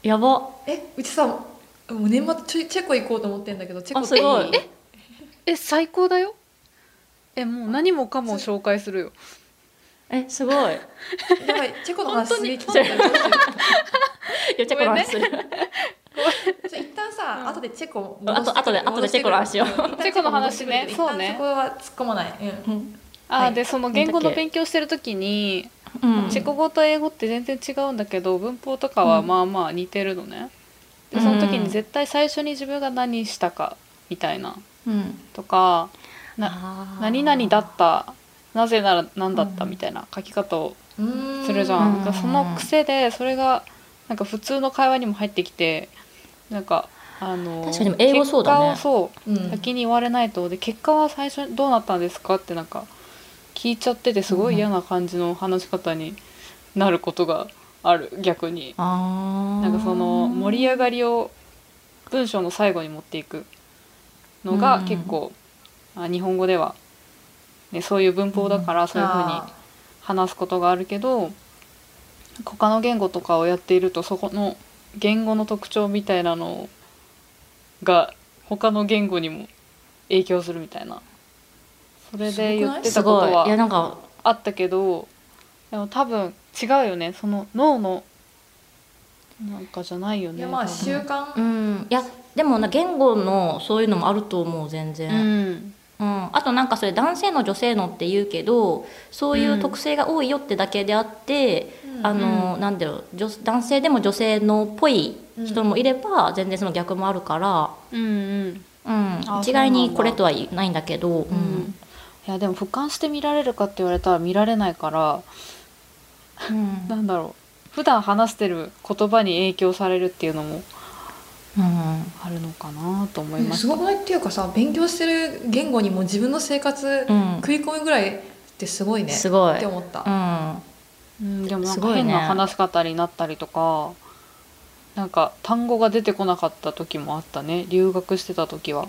S3: やば
S1: えうちさもう年末ちょいチェコ行こうと思ってんだけどチェコ
S3: あすごい
S1: え
S2: え最高だよえもう何もかも紹介するよ
S3: えすご [LAUGHS] いい
S1: えやばいチェコの話
S2: 本
S1: す
S2: 当
S1: る
S2: に
S1: 気分だ
S3: やチェコの話する、
S1: [LAUGHS] 一旦さ、
S2: うん
S1: 後でチェコ
S3: あと後で後でチェコの話を
S2: チェコの話ねそうね
S1: そこは突っ込まない、うん
S3: うん
S2: あー、
S1: はい
S2: でその言語の勉強してる時に
S3: うん
S2: チェコ語と英語って全然違うんだけど文法とかはまあまあ似てるのね、でその時に絶対最初に自分が何したかみたいな
S3: うん
S2: とかな
S3: あー
S2: 何々だったなぜなら何だった
S1: うん
S2: みたいな書き方を
S1: う
S2: するじゃん
S3: う、ん
S2: なんかその癖でそれがなんか普通の会話にも入ってきてなんかあの
S3: 確かに英語そうだね
S2: 結果をそう
S1: うん
S2: 先に言われないとで結果は最初にどうなったんですかってなんか聞いちゃっててすごい嫌な感じの話し方になることがある逆に
S3: あー
S2: なんかその盛り上がりを文章の最後に持っていくのが
S3: うん
S2: 結構、あ日本語では、ね、そういう文法だからそういうふうに
S1: あ
S2: 話すことがあるけど他の言語とかをやっているとそこの言語の特徴みたいなのが他の言語にも影響するみたいなそれ
S1: ごく
S2: です言
S1: ない
S2: って
S3: す
S2: たこと
S3: ごいいや
S2: は
S3: なんか
S2: あったけどでも多分違うよねその脳のなんかじゃないよ
S1: ー
S2: ね
S1: いやまあ
S2: 多分
S1: 習慣、
S3: うんいやでもな言語のそういうのもあると思う全
S2: う
S3: 然、
S2: ん
S3: うん、あとなんかそれ男性の女性のって言うけどそういう特性が多いよってだけであって、
S1: うん
S3: あの、なんだろう女男性でも女性のっぽい人もいれば、全然その逆もあるから、
S2: うんうん
S3: うん
S2: あ、
S3: 一概にこれとは言いないんだけど、う
S2: うんんいやでも俯瞰して見られるかって言われたら見られないから
S3: うん
S2: なんだろう普段話してる言葉に影響されるっていうのも
S3: うん
S2: あるのかなと思い
S1: うん
S2: ますし
S1: ご
S2: た。
S1: くないっていうかさ勉強してる言語にも自分の生活
S3: うん
S1: 食い込むぐらいってすごいね、
S3: すごい
S1: って思った、
S3: うん
S2: うん、でもなん
S3: す
S2: か
S3: ごいね
S2: 変な話し方になったりとか、なんか単語が出てこなかった時もあったね。留学してた時は。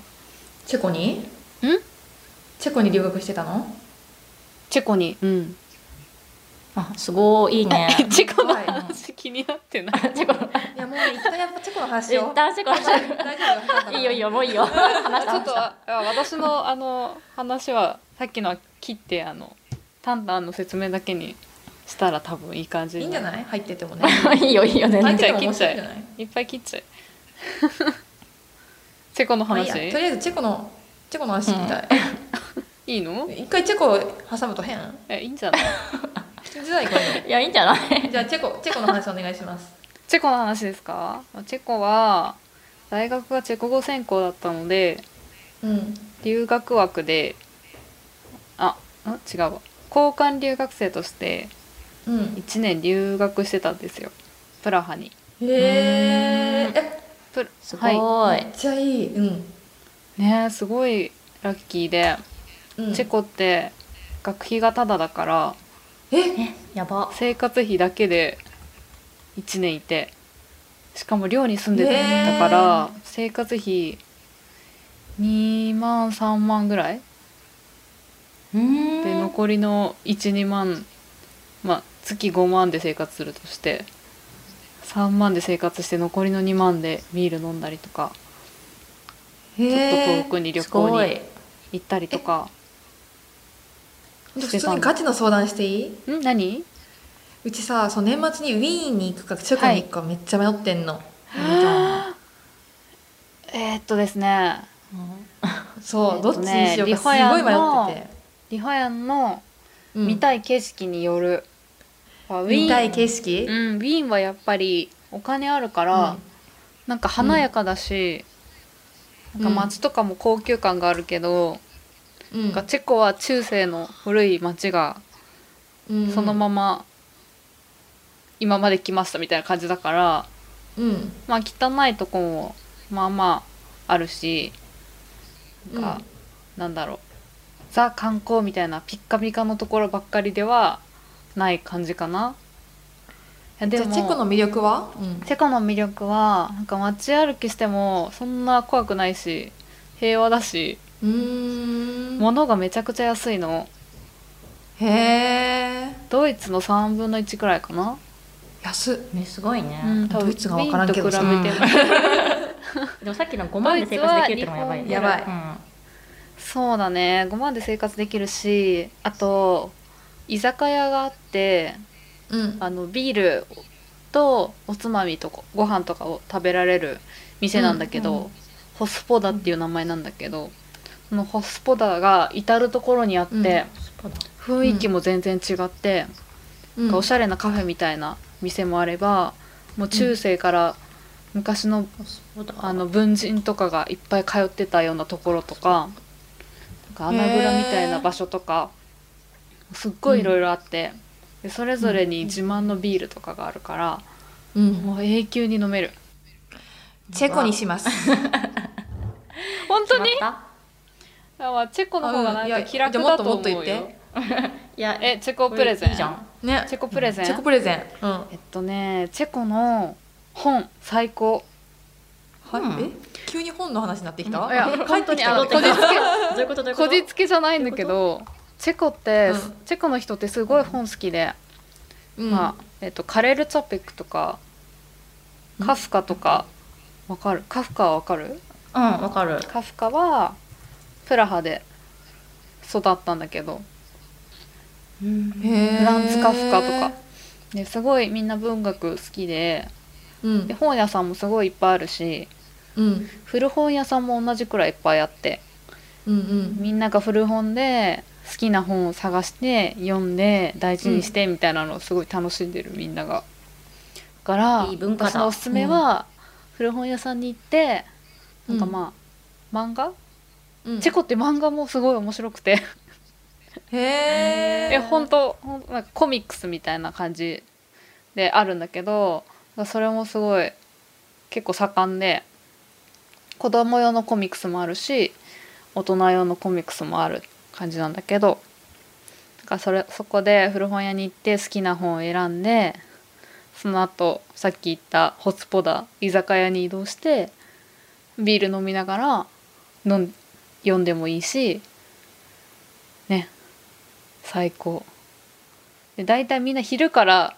S1: チェコにチェコに留学してたの
S2: チェコに、うん、
S3: あすごいいいね
S2: [LAUGHS] チェコの
S1: はい
S2: 話気になってない。
S3: チェコ
S1: いやもう一旦やっぱチェコの話を
S3: 一旦チェコの話
S1: 大丈夫
S3: いいよいいよもういいよ話
S2: [LAUGHS]
S3: し
S2: ちょ
S3: た
S2: っとあ私のあの話はさっきのは切ってあのタンタンの説明だけにしたら多分いい感じ
S1: い
S2: に
S1: いんじゃない入ってて [LAUGHS] もね
S3: [LAUGHS] いいよいいよ全
S1: 入
S3: 然
S1: っ
S2: 切
S1: て
S2: っち
S1: ても面白いん
S2: ゃえ切っちゃ
S1: じゃない
S2: えいっぱい切っちゃえチェコの
S1: まあいい
S2: 話
S1: や
S2: い
S1: とりあえずチェコのチェコの話みたい、
S2: いの
S1: 一回チェコ挟むと変
S2: えいいんじゃない
S1: 普通じゃないこれ
S3: いやいいんじゃない
S1: [LAUGHS] じゃあチェコチェコの話お願いします
S2: チェコの話ですかチェコは大学がチェコ語専攻だったので
S1: うん
S2: 留学枠であん違うわ交換留学生として
S1: うん
S2: 1年留学してたんですよプラハに
S1: へええ
S2: プラ
S3: すごい、
S1: めっちゃいいうん、
S2: い、ねすごいラッキーで、
S1: うん、
S2: チェコって学費がタダだから
S1: え
S3: えやば
S2: 生活費だけで1年いてしかも寮に住んで
S1: へー
S2: たから生活費2万3万ぐらいう
S3: ーん
S2: で残りの12万まあ月5万で生活するとして3万で生活して残りの2万でビール飲んだりとか
S1: ち
S2: ちょっと遠くに旅行
S3: すご
S2: に
S3: い
S2: 行ったりとか
S1: 普通にガチの相談していい
S2: ん何
S1: うちさそう年末にウィーンに行くかチェコに行くかめっちゃ迷ってんの、
S2: えーっとですね
S1: そう、
S2: えっ
S1: ど
S2: と
S1: っち
S2: ね
S1: にしようか
S2: リ
S1: す
S2: ホヤン
S1: ごい迷ってて、
S2: リホヤンの
S1: うん
S2: 見たい景色による、あウィーン
S1: 見たい景色、
S2: うん、ウィーンはやっぱりお金あるから、
S1: うん
S2: なんか華やかだし、
S1: うん
S2: なんか街とかも高級感があるけど、
S1: うん
S2: なんかチェコは中世の古い街が
S1: うん
S2: そのまま今まで来ましたみたいな感じだから、
S1: うん
S2: まあ汚いとこもまあまああるし、
S1: うん
S2: なんかなんだろうザ観光みたいなピッカピカのところばっかりではない感じかな。や
S1: じ
S2: で
S1: ゃあ
S2: も
S1: チェコの魅力は、うん
S2: チェコの魅力はなんか街歩きしてもそんな怖くないし平和だし
S1: うーん
S2: 物がめちゃくちゃ安いの
S1: へえ
S2: ドイツの3分の1くらいかな、
S1: 安っ
S3: ねすごいね、
S2: うん
S1: ドイツが分からんけどさ
S2: ウィーンと比べ
S1: [LAUGHS]
S2: ても
S3: でもさっきの5万で生活できるってのもやばいね
S1: やばい
S2: そうだね5万で生活できるしあと居酒屋があって
S1: うん
S2: あのビールとおつまみとかご飯とかを食べられる店なんだけど、
S3: うんうん
S2: ホスポダっていう名前なんだけど、そのホスポダが至る所にあって、
S1: うん
S3: そうだ
S2: 雰囲気も全然違って、
S1: うん
S2: おしゃれなカフェみたいな店もあればもう中世から昔の,、
S3: そうだ
S2: あの文人とかがいっぱい通ってたようなところとかなんか穴蔵みたいな場所とかすっごいいろいろあって、でそれぞれに自慢のビールとかがあるから、
S1: うん
S2: もう永久に飲める
S1: チェコにし
S2: [LAUGHS]
S1: ます
S2: 本当に
S3: 決まった
S2: あまあチェコの方がなん
S1: うんい
S2: か
S1: や
S2: 気楽だと思うよ
S1: じゃあもっともっと言って
S3: いや
S2: えチェコプレゼン
S3: いいじゃん
S1: ね
S2: チェコプレゼン、
S1: チェコプレゼンうんは
S2: えっとねチェコの本最高
S3: うん
S1: いえ急に本の話になってきた
S2: いや
S1: 帰
S2: 本
S1: っ
S2: 当
S1: てき
S2: に
S1: た
S2: あの
S1: よ
S2: こじつけ
S3: どういうことどういうこ
S2: ことじつけじゃないんだけどチェコって、
S1: うん
S2: チェコの人ってすごい本好きで、
S1: うん
S2: まあえっと、カレル・チャペックとか
S1: うん
S2: カフカとかわかるカフカはわかる
S3: うんわかる
S2: カフカはプラハで育ったんだけど
S1: へー
S2: フランツ・カフカとかですごいみんな文学好きで
S1: うん
S2: で本屋さんもすごいいっぱいあるし
S1: うん
S2: 古本屋さんも同じくらいいっぱいあって
S1: うんうん
S2: みんなが古本で好きな本を探して読んで大事にしてみたいなのをすごい楽しんでるみんなが。だから
S3: いい文化だ
S2: 私のおすすめは、古本屋さんに行ってなんかまあ、漫画、
S1: うん
S2: チェコって漫画もすごい面白くて
S1: へ
S2: え
S1: え
S2: 本当ほんなんかコミックスみたいな感じであるんだけどそれもすごい結構盛んで子供用のコミックスもあるし大人用のコミックスもある感じなんだけどだからそれそこで古本屋に行って好きな本を選んでその後さっき言ったホスポダ居酒屋に移動してビール飲みながら飲ん読んでもいいしね最高で大体みんな昼から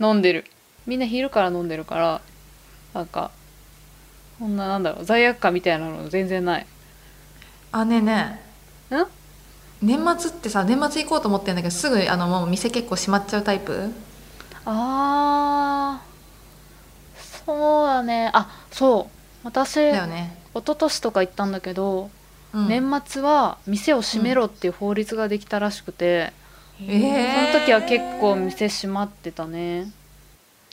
S2: 飲んでるみんな昼から飲んでるからなんかそんななんだろう罪悪感みたいなの全然ない
S1: あねえねえ
S2: ん
S1: 年末ってさ年末行こうと思ってんだけどすぐあのもう店結構閉まっちゃうタイプ
S2: あーそうだねあそう私、
S1: だよね
S2: 一昨年とか行ったんだけど、
S1: うん
S2: 年末は店を閉めろっていう法律ができたらしくて、
S1: えー
S2: その時は結構店閉まってたね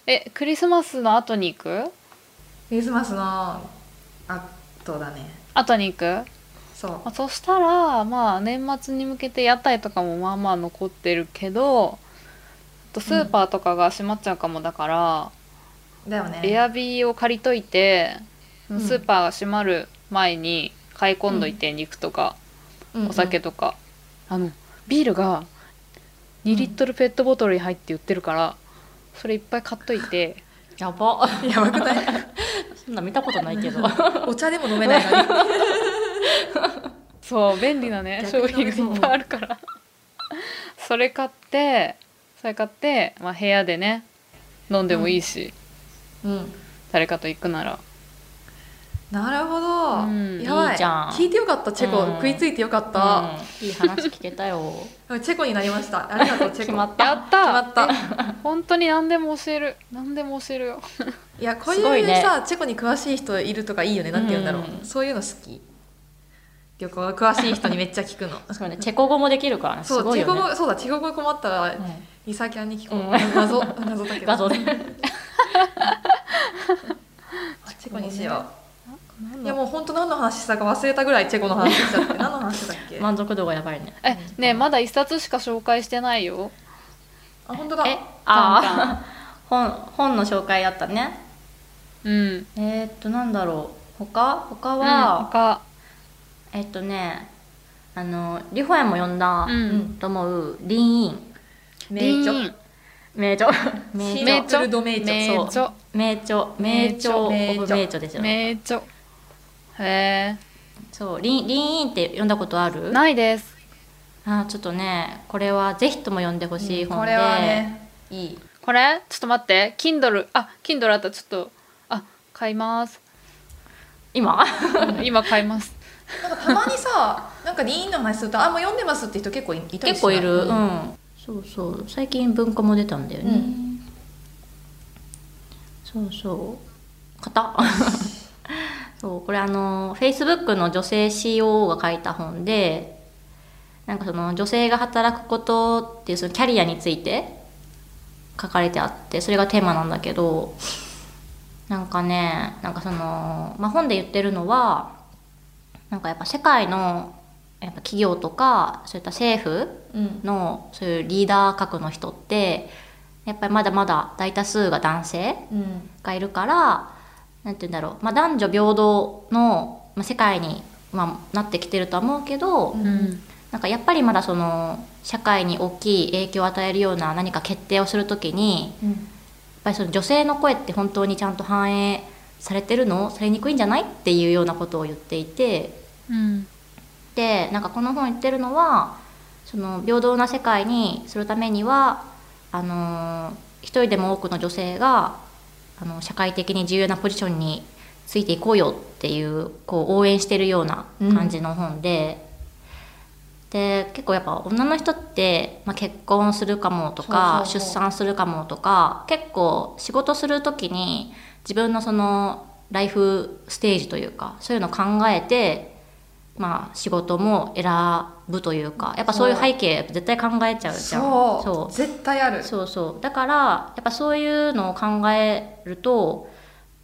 S2: えクリスマスの後に行く
S1: クリスマスのあとだね
S2: 後に行く
S1: そう
S2: まあそしたらまあ年末に向けて屋台とかもまあまあ残ってるけどあとスーパーとかが閉まっちゃうかもだから、
S1: だよね
S2: エアビーを借りといてス
S1: ん
S2: ーパーが閉まる前に買い込んどいて肉とか、お酒とか、あのビールが2リットルペットボトルに入って売ってるから、それいっぱい買っといて
S3: [LAUGHS] やば
S1: やばくない
S3: そんな見たことないけ [LAUGHS] ど
S1: お茶でも飲めないの
S2: [LAUGHS]
S1: に
S2: そう便利なね商
S1: 逆
S2: 品
S1: に
S2: がいっぱいあるからそれ買ってそれ買って、まあ、部屋でね飲んでもいいし、
S1: うん
S2: 誰かと行くなら
S1: なるほど、
S2: うん
S1: やばい
S3: いいじゃん
S1: 聞いてよかったチェコ、
S3: うん
S1: 食いついてよかった、
S3: うんいい話聞けたよ
S1: チェコになりましたありがとう
S2: [LAUGHS]
S1: チェコ
S3: 決まっ
S2: や
S3: た
S2: った
S1: 決まった
S2: 本当に何でも教える何でも教えるよ
S1: いやこうい
S3: すごいうね
S1: さ、チェコに詳しい人いるとかいいよねなんて言うんだろう、
S3: うん
S1: そういうの好き旅行詳しい人にめっちゃ聞くの
S3: そうねチェコ語もできる [LAUGHS] からねす
S1: そう、
S3: ごい
S1: チェ
S3: よ
S1: コ
S3: ね
S1: 語そうだチェコ語困ったら、
S3: う
S1: イサキャンに聞こう、
S3: うん
S1: 謎謎だけど
S3: [LAUGHS] ん画像で
S1: チェコにしよう、
S2: ね
S1: いやもう本当何の話したか忘れたぐらいチェコの話しちゃ
S3: [LAUGHS]
S1: って何の話だっけ、
S3: 満足度がやばいね
S2: えねえまだ一冊しか紹介してないよ
S1: あ本当だ
S3: え
S2: タン
S3: ああ本本の紹介だったね
S2: うん
S3: えー、っとなんだろう他他
S2: は、うん、
S3: は、
S2: 他
S3: えっとねあのリホヤも呼んだ
S2: うん
S3: と思う、リンイン
S1: 名著
S2: リン
S3: 名著
S1: シー
S3: [LAUGHS] 名
S1: ナ
S3: 著
S1: フルド名
S2: 名
S1: 著
S2: 著
S3: そう名著名著オブ
S1: 名著
S3: 名著ですよね
S2: 名著へ
S3: そうリンリンインって読んだことあ
S2: え
S3: る
S2: ないです
S3: あちょっとねこれはぜひとも読んでほしい本で、
S1: これはね
S3: いい
S2: これちょっと待って Kindle あ Kindle あったちょっとあ買います
S3: 今 [LAUGHS]
S2: 今買います
S1: なんかたまにさなんかリーンの話すると「あもう読んでます」って人結構いたりしない
S3: 結構いるうんそうそう最近文庫も出たんだよ
S1: う
S3: ね、
S1: ん
S3: そうそう型 [LAUGHS] そうこれあの Facebook の女性 COO が書いた本でなんかその女性が働くことっていうそのキャリアについて書かれてあってそれがテーマなんだけどなんかねなんかその、まあ、本で言ってるのはなんかやっぱ世界のやっぱ企業とかそういった政府
S1: うん
S3: のそういうリーダー格の人ってやっぱりまだまだ大多数が男性
S1: うん
S3: がいるからなんて言うんだろう、まあ、男女平等のまあ世界に、まあ、なってきてるとは思うけど、
S1: う
S2: うん
S3: なんかやっぱりまだその社会に大きい影響を与えるような何か決定をするときに
S1: うん
S3: やっぱりその女性の声って本当にちゃんと反映されてるのされにくいんじゃないっていうようなことを言っていて。
S2: うん
S3: でなんかこの本言ってるのはその平等な世界にするためにはあのー一人でも多くの女性があの社会的に重要なポジションについていこうよっていうこう応援してるような感じの本で、で結構やっぱ女の人って、まあ、結婚するかもとか
S1: そうそうそう
S3: 出産するかもとか結構仕事する時に自分のそのライフステージというかそういうのを考えてまあ、仕事も選ぶというかやっぱそういう背景絶対考えちゃうじゃん
S1: そう絶対ある
S3: そうそうだからやっぱそういうのを考えると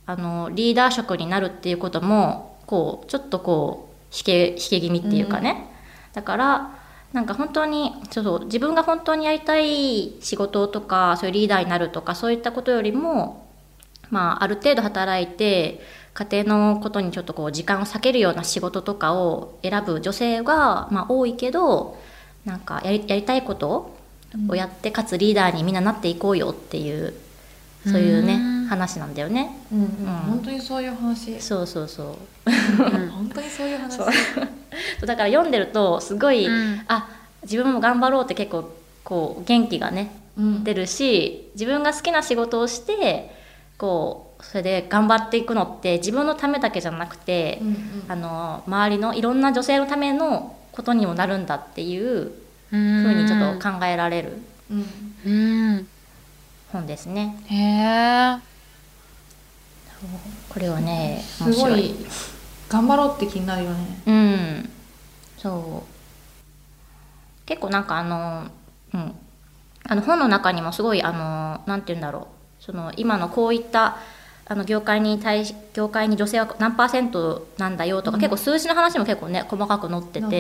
S3: あのリーダー職になるっていうこともこうちょっとこう引け引け気味っていうかね、だからなんか本当にそうそう自分が本当にやりたい仕事とかそういうリーダーになるとかそういったことよりも、まあ、ある程度働いて家庭のことにちょっとこう時間を割けるような仕事とかを選ぶ女性が、まあ、多いけどなんかやりやりたいことをやってかつリーダーにみんななっていこうよっていうそういうね
S2: うん
S3: 話なんだよね
S1: うんうん
S3: ん
S1: 本当にそういう話
S3: そうそうそう
S2: うん
S1: 本当にそういう話
S3: そうだから読んでるとすごい、
S2: うん
S3: あ自分も頑張ろうって結構こう元気がね
S1: うん
S3: 出るし自分が好きな仕事をしてこうそれで頑張っていくのって自分のためだけじゃなくて、
S1: うんうん
S3: あの周りのいろんな女性のためのことにもなるんだっていう
S2: ふ
S3: ふ
S2: う
S3: うにちょっと考えられる
S1: うん
S2: うん
S3: 本ですね。
S2: へえ
S3: これはね
S1: す
S3: 面
S1: ご
S3: 白
S1: い
S3: い
S1: 頑張ろうって気になるよね
S3: うんそう結構なんかあのうんあの本の中にもすごいあのなんて言うんだろうその今のこういったあの業界に対し業界に女性は何パーセントなんだよとか、
S1: うん
S3: 結構数字の話も結構ね細かく載ってて
S1: 載っ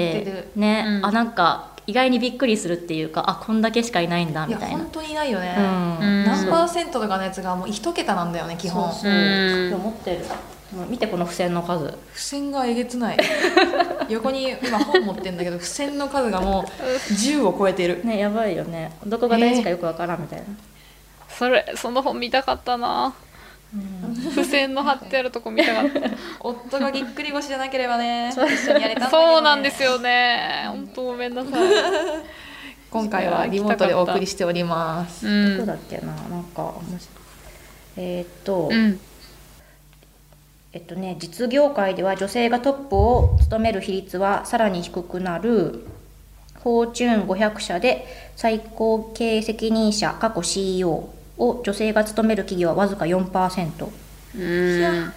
S1: て
S3: ね、
S2: うん
S3: あなんか意外にびっくりするっていうかあこんだけしかいないんだ
S1: い
S3: み
S1: や
S3: たいな
S1: 本当にないよね
S2: うん
S1: 何パーセントとかのやつがもう一桁なんだよね基本
S3: そうそう、
S2: うん
S3: でも持ってるもう見てこの付箋の数
S1: 付箋がえげつない横に今本持ってんだけど付箋の数がもう10を超えてる
S3: ねやばいよねどこが大事かよくわからんみたいな、
S2: それその本見たかったな付箋の貼ってあるとこ見たかっ
S1: 夫がぎっくり腰じゃなければね一緒にやれたんだ
S2: た
S1: けどね
S2: そうなんですよね本当ごめんなさい
S1: 今回はリモートでお送りしております
S2: う
S3: どこ
S2: ん
S3: だっけななんか面白いえーっと、
S2: うん
S3: えっとね実業界では女性がトップを務める比率はさらに低くなるフォーチューン500社で最高経営責任者過去 CEO を女性が務める企業はわずか4%とか
S2: うん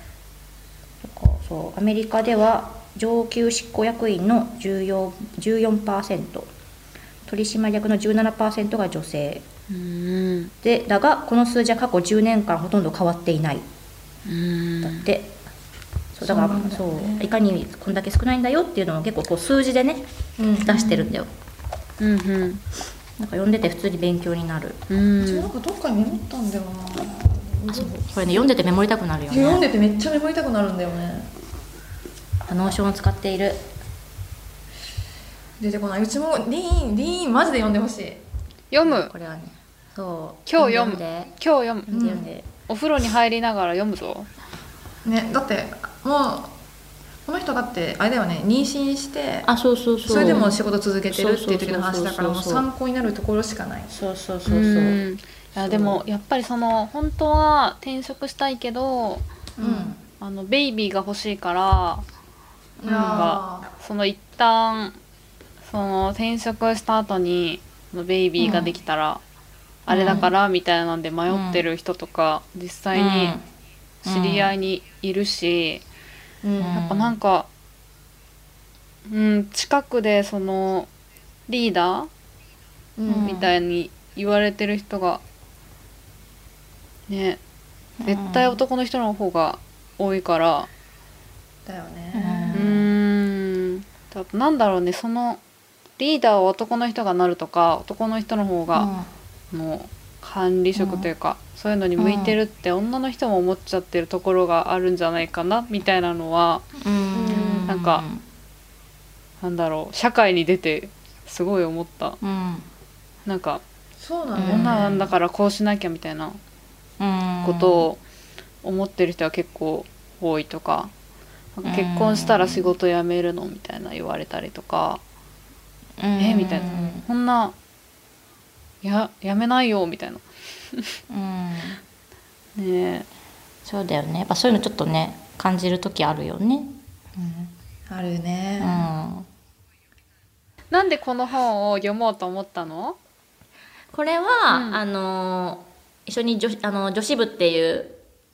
S3: そうアメリカでは上級執行役員の14 14%取締役の17%が女性
S2: うん
S3: でだがこの数字は過去10年間ほとんど変わっていないだって、そうだからそう,、いかにこんだけ少ないんだよっていうのを結構こう数字でね、
S1: うん
S3: 出してるんだよ
S2: うん
S3: なんか読んでて普通に勉強になる、
S2: うん
S1: なんかどっかにメモったんだよな
S3: これね読んでてメモりたくなるよ
S1: いや読ん
S3: ね
S1: でてめっちゃメモりたくなるんだよね
S3: ノーションを使っている
S1: 出てこないうちもリーンリーンマジで読んでほしい
S2: 読む
S3: これはねそう
S2: 今日読む
S3: で
S2: 今日読む
S3: 読んで読んで、
S2: お風呂に入りながら読むぞ
S1: ねだってもうこの人だってあれだよね妊娠して
S3: あそうそうそう
S1: それでも仕事続けてるっていう時の話だからも
S3: そううそうそうそう
S1: 参考になるところしかない
S3: そうそう
S2: そ
S3: そう
S2: そう
S3: そう
S2: いやでもやっぱりその本当は転職したいけど
S1: うん
S2: あのベイビーが欲しいから
S1: うん
S2: なんかその一旦その転職した後にそのベイビーができたら、
S3: ん
S2: あれだからみたいなんで迷ってる人とか、実際に知り合いにいるし、
S1: うん
S3: や
S2: やっぱなんか、うん、近くでそのリーダー
S1: うん
S2: みたいに言われてる人がね絶対男の人の方が多いから。
S1: だよ
S2: う
S1: ね
S2: ーんあとなんだろうねそのリーダーを男の人がなるとか男の人の方が、あの管理職というか、そういうのに向いてるって女の人も思っちゃってるところがあるんじゃないかなみたいなのは
S3: うん
S2: なんかなんだろう社会に出てすごい思った
S3: うん
S2: なんか
S1: そうなんだよ
S2: 女
S1: ね
S2: なんだからこうしなきゃみたいな
S3: うん
S2: ことを思ってる人は結構多いとかなんか結婚したら仕事辞めるのみたいな言われたりとか。えみたいなこんなややめないよみたいな
S3: うん
S2: ね
S3: そうだよねやっぱそういうのちょっとね感じる時あるよね
S1: ある
S3: う
S1: ね
S3: ん、う
S2: え
S3: ん、
S2: なんでこの本を読もうと思ったの
S3: これは、
S2: うん
S3: あの一緒に女子あの女子部っていう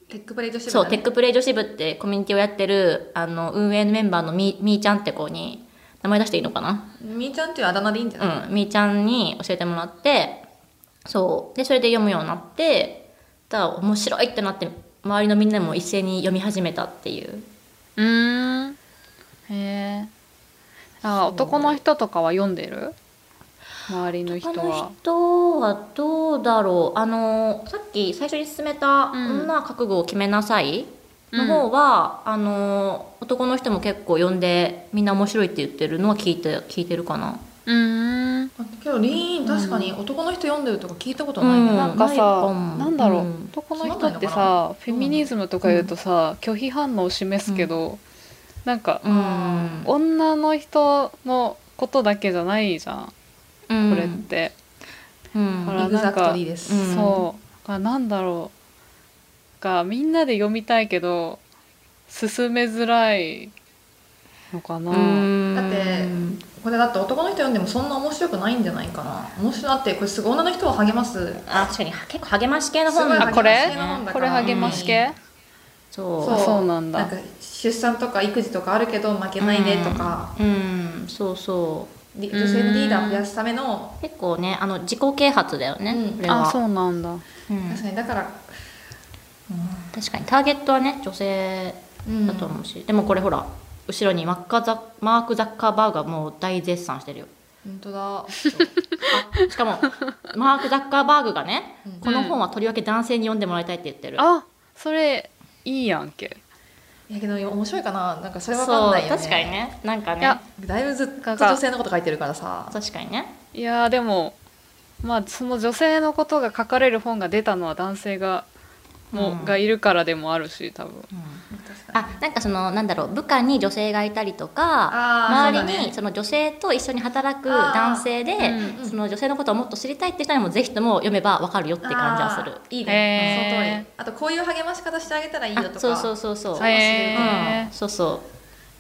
S1: テックプレイ女子部
S3: そう、
S1: だ
S3: テ
S1: ね
S3: ックプレイ女子部ってコミュニティをやってる、あの、運営のメンバーのみ、みーちゃんって子に、名前出していいのかな
S1: みーちゃんっていうあだ名でいいんじゃない
S3: うん、みーちゃんに教えてもらって、そう。で、それで読むようになって、ただ面白いってなって、周りのみんなも一斉に読み始めたっていう。
S2: うーんへえあ男の人とかは読んでる周りの人
S3: 他
S2: は
S3: の人はどうだろうあの、さっき最初に進めた、
S2: うん
S3: 女は覚悟を決めなさい
S2: うん
S3: の方は、あの、男の人も結構読んで、みんな面白いって言ってるのは聞いて、聞いてるかな。
S2: うーん
S1: あけどリーン確かに男の人読んでるとか聞いたこと
S3: う
S1: ない
S3: ん
S1: ね
S2: なんか
S3: ない
S2: さ
S3: かも
S2: なんだろう、
S3: うん
S2: 男の人ってさフェミニズムとか言うとさ、拒否反応を示すけど、なんか、
S3: うん
S2: 女の人のことだけじゃないじゃんこれって、
S3: うん
S2: ほら
S1: イグザクトリーです
S3: うん
S2: そうがなんだろうがみんなで読みたいけど進めづらいのかな、
S1: だってこれだって男の人読んでもそんな面白くないんじゃないかな面白いだってこれすごい女の人を励ます
S3: あ確かに結構励まし系の本
S1: す
S2: あ
S1: ごい
S2: これ
S1: 励まし系の本だ
S2: こ
S1: か
S2: れ
S1: ら
S2: 励まし系、
S3: そう
S2: あそうなんだ
S1: なんか出産とか育児とかあるけど負けないでとか、
S3: うんそうそう
S1: り女性のリーダーを増やすための、
S3: 結構ねあの自己啓発だよね、
S1: うん
S3: これは
S2: あそうなんだ
S3: うん
S1: 確かにだから、
S3: 確かにターゲットはね女性
S1: うん
S3: だと思うし、でもこれほら後ろにマッカザマーク・ザッカーバーグがもう大絶賛してるよ
S1: 本当だ
S3: あしかもマーク・ザッカーバーグがね、
S1: うん
S3: この本はとりわけ男性に読んでもらいたいって言ってる、
S2: あそれいいやんけ
S1: いやけど面白いかななんかそれ
S3: そ
S1: わ
S3: う
S1: かんないよね
S3: 確かにねなんか
S2: い
S3: ね
S2: や
S1: だいぶずっと女性のこと書いてるからさ
S3: 確かにね
S2: いやーでもまあその女性のことが書かれる本が出たのは男性がもう、
S3: うん
S2: がいるからでもあるし多分
S1: 確かに
S3: あなんかそのなんだろう部下に女性がいたりとか
S1: あー
S3: 周
S1: そう
S3: り
S1: だ
S3: に
S1: ね
S3: その女性と一緒に働く男性で、
S2: うん
S3: その女性のことをもっと知りたいって人にもぜひとも読めばわかるよって感じはする
S1: あ。ーいい
S2: へー
S1: ねその通りあとこういう励まし方してあげたらいいよとか
S3: あそうそうそうそう。
S1: はい
S2: へ
S3: う
S2: ー
S3: ん、そうそう。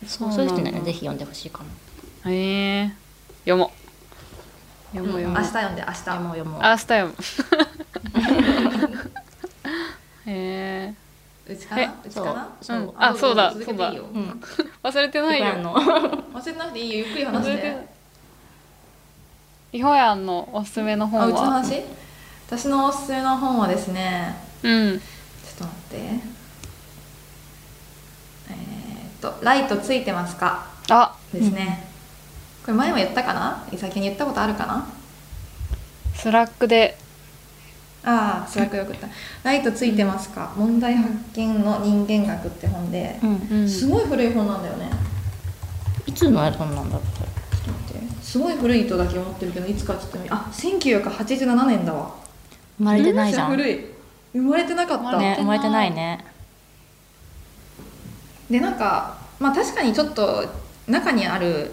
S2: そ
S3: そうう
S2: なんだ
S3: そういう人にはねぜひ読んでほしいかも。
S2: へえー、読もう読もう読
S1: 明
S2: もう、
S1: 日読んで明日
S3: 読もう読もう。
S2: あスタイム [LAUGHS] へえ
S1: うちかな
S2: え
S1: うちかな
S3: そう
S2: うんあそうだ
S1: 続けていいよ
S2: そ
S3: うん。
S2: 忘れてない
S3: いくら
S2: よ
S3: の
S1: 忘れてなくていいよゆっくり話
S2: 忘
S1: し
S2: れ
S1: て
S2: てイホヤンのおすすめの
S1: あう
S2: 本
S1: ちの
S2: は
S1: 話私のおすすめの本はですね
S2: うん
S1: ちょっと待ってえーっと「ライトついてますか?
S2: あ」
S1: ですね、これ前も言ったかな先に言ったことあるかな
S2: スラックで
S1: ああ辛くよくった「ライトついてますか問題発見の人間学」って本で、
S3: うん。
S2: うん
S1: すごい古い本なんだよね
S3: いつの本なんだって。
S1: ちょっと待ってすごい古いとだけ思ってるけどいつかちょっと見あ1987年だわ
S3: 生まれてないじゃん、
S1: 古い生まれてなかった、
S3: ね、生まれてないね
S1: でなんかまあ確かにちょっと中にある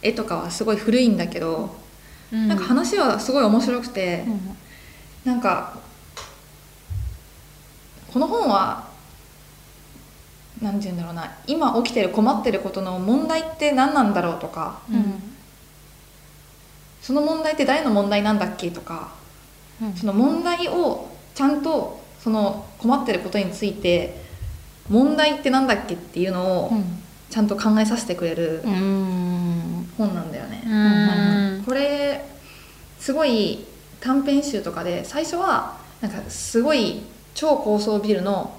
S1: 絵とかはすごい古いんだけど、
S2: うん
S1: なんか話はすごい面白くて、
S3: うん
S1: なんかこの本は何て言うんだろうな今起きてる困ってることの問題って何なんだろうとか
S3: うん
S1: その問題って誰の問題なんだっけとか
S3: うん
S1: その問題をちゃんとその困ってることについて問題ってなんだっけっていうのをちゃんと考えさせてくれる
S3: うんうん
S1: 本なんだよね。
S2: うん
S1: これすごい短編集とかで最初はなんかすごい超高層ビルの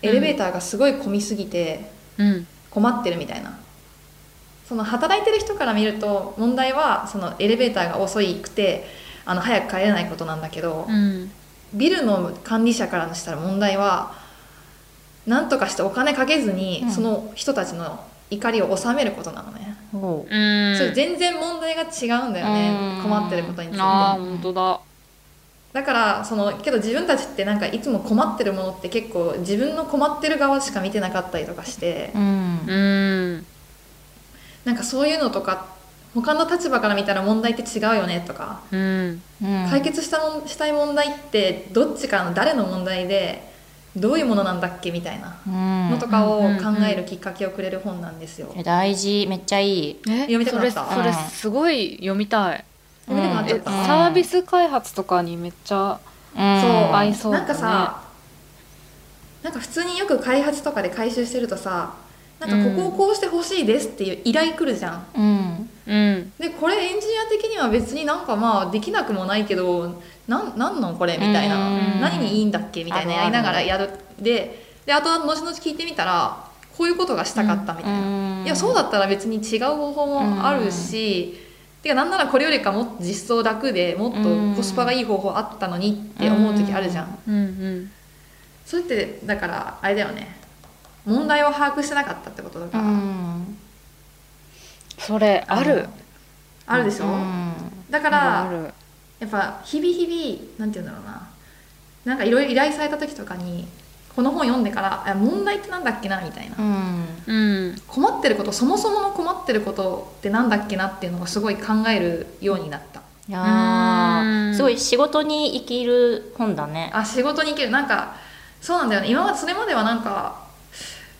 S1: エレベーターがすごい混みすぎて
S2: うん
S1: 困ってるみたいな、その働いてる人から見ると問題はそのエレベーターが遅いくてあの早く帰れないことなんだけど、
S2: うん
S1: ビルの管理者からしたら問題はなんとかしてお金かけずに、
S3: うん
S1: その人たちの怒りを収めることなのね、
S2: う
S3: おう
S2: ん
S1: それ全然問題が違うんだよね、
S3: うん
S1: 困ってることについて。
S2: あー本当だ
S1: だからそのけど自分たちってなんかいつも困ってるものって結構自分の困ってる側しか見てなかったりとかして、
S3: うん
S2: うん
S1: なんかそういうのとか他の立場から見たら問題って違うよねとか、
S2: うん
S3: うん
S1: 解決したもんしたい問題ってどっちかの誰の問題でどういうものなんだっけみたいな
S3: うん
S1: のとかを
S2: う
S1: 考
S2: んうんうん
S1: えるきっかけをくれる本なんですよ。
S3: え大事めっちゃいい
S2: え
S1: 読みたくなった
S2: それ
S3: うん
S2: それすごい読みたい、
S1: 読みたくなっちゃ
S2: え
S1: った
S3: うん
S2: サービス開発とかにめっちゃ
S3: うん
S2: そう
S1: そう
S2: 合いそうだ
S1: な
S2: ね
S1: んかさなんか普通によく開発とかで回収してるとさなんかここをこうしてほしいですっていう依頼来るじゃん
S3: うん
S2: うん
S1: でこれエンジニア的には別になんかまあできなくもないけどなんなんなんこれみたいな
S3: うん
S1: 何にいいんだっけみたいなやりながら
S3: ある
S1: やるでであと後々聞いてみたらこういうことがしたかったみたいな、
S3: うん
S1: いやそうだったら別に違う方法もあるし、てかなんならこれよりかもっと実装楽でもっとコスパがいい方法あったのにって思う時あるじゃん、
S2: うんうん
S1: それってだからあれだよね問題を把握してなかったってことだ
S3: う
S1: から、
S3: ん
S2: それある
S1: あるでしょ、
S3: うん
S1: だから
S2: あるある
S1: やっぱ日々日々なんて言うんだろうななんかいろいろ依頼された時とかにこの本読んでからあ問題ってなんだっけなみたいな
S3: うん
S2: うん
S1: 困ってることそもそもの困ってることってなんだっけなっていうのがすごい考えるようになった
S3: いやー
S2: うん
S3: すごい仕事に生きる本だね
S1: あ仕事に行けるなんかそうなんだよね今までそれまではなんか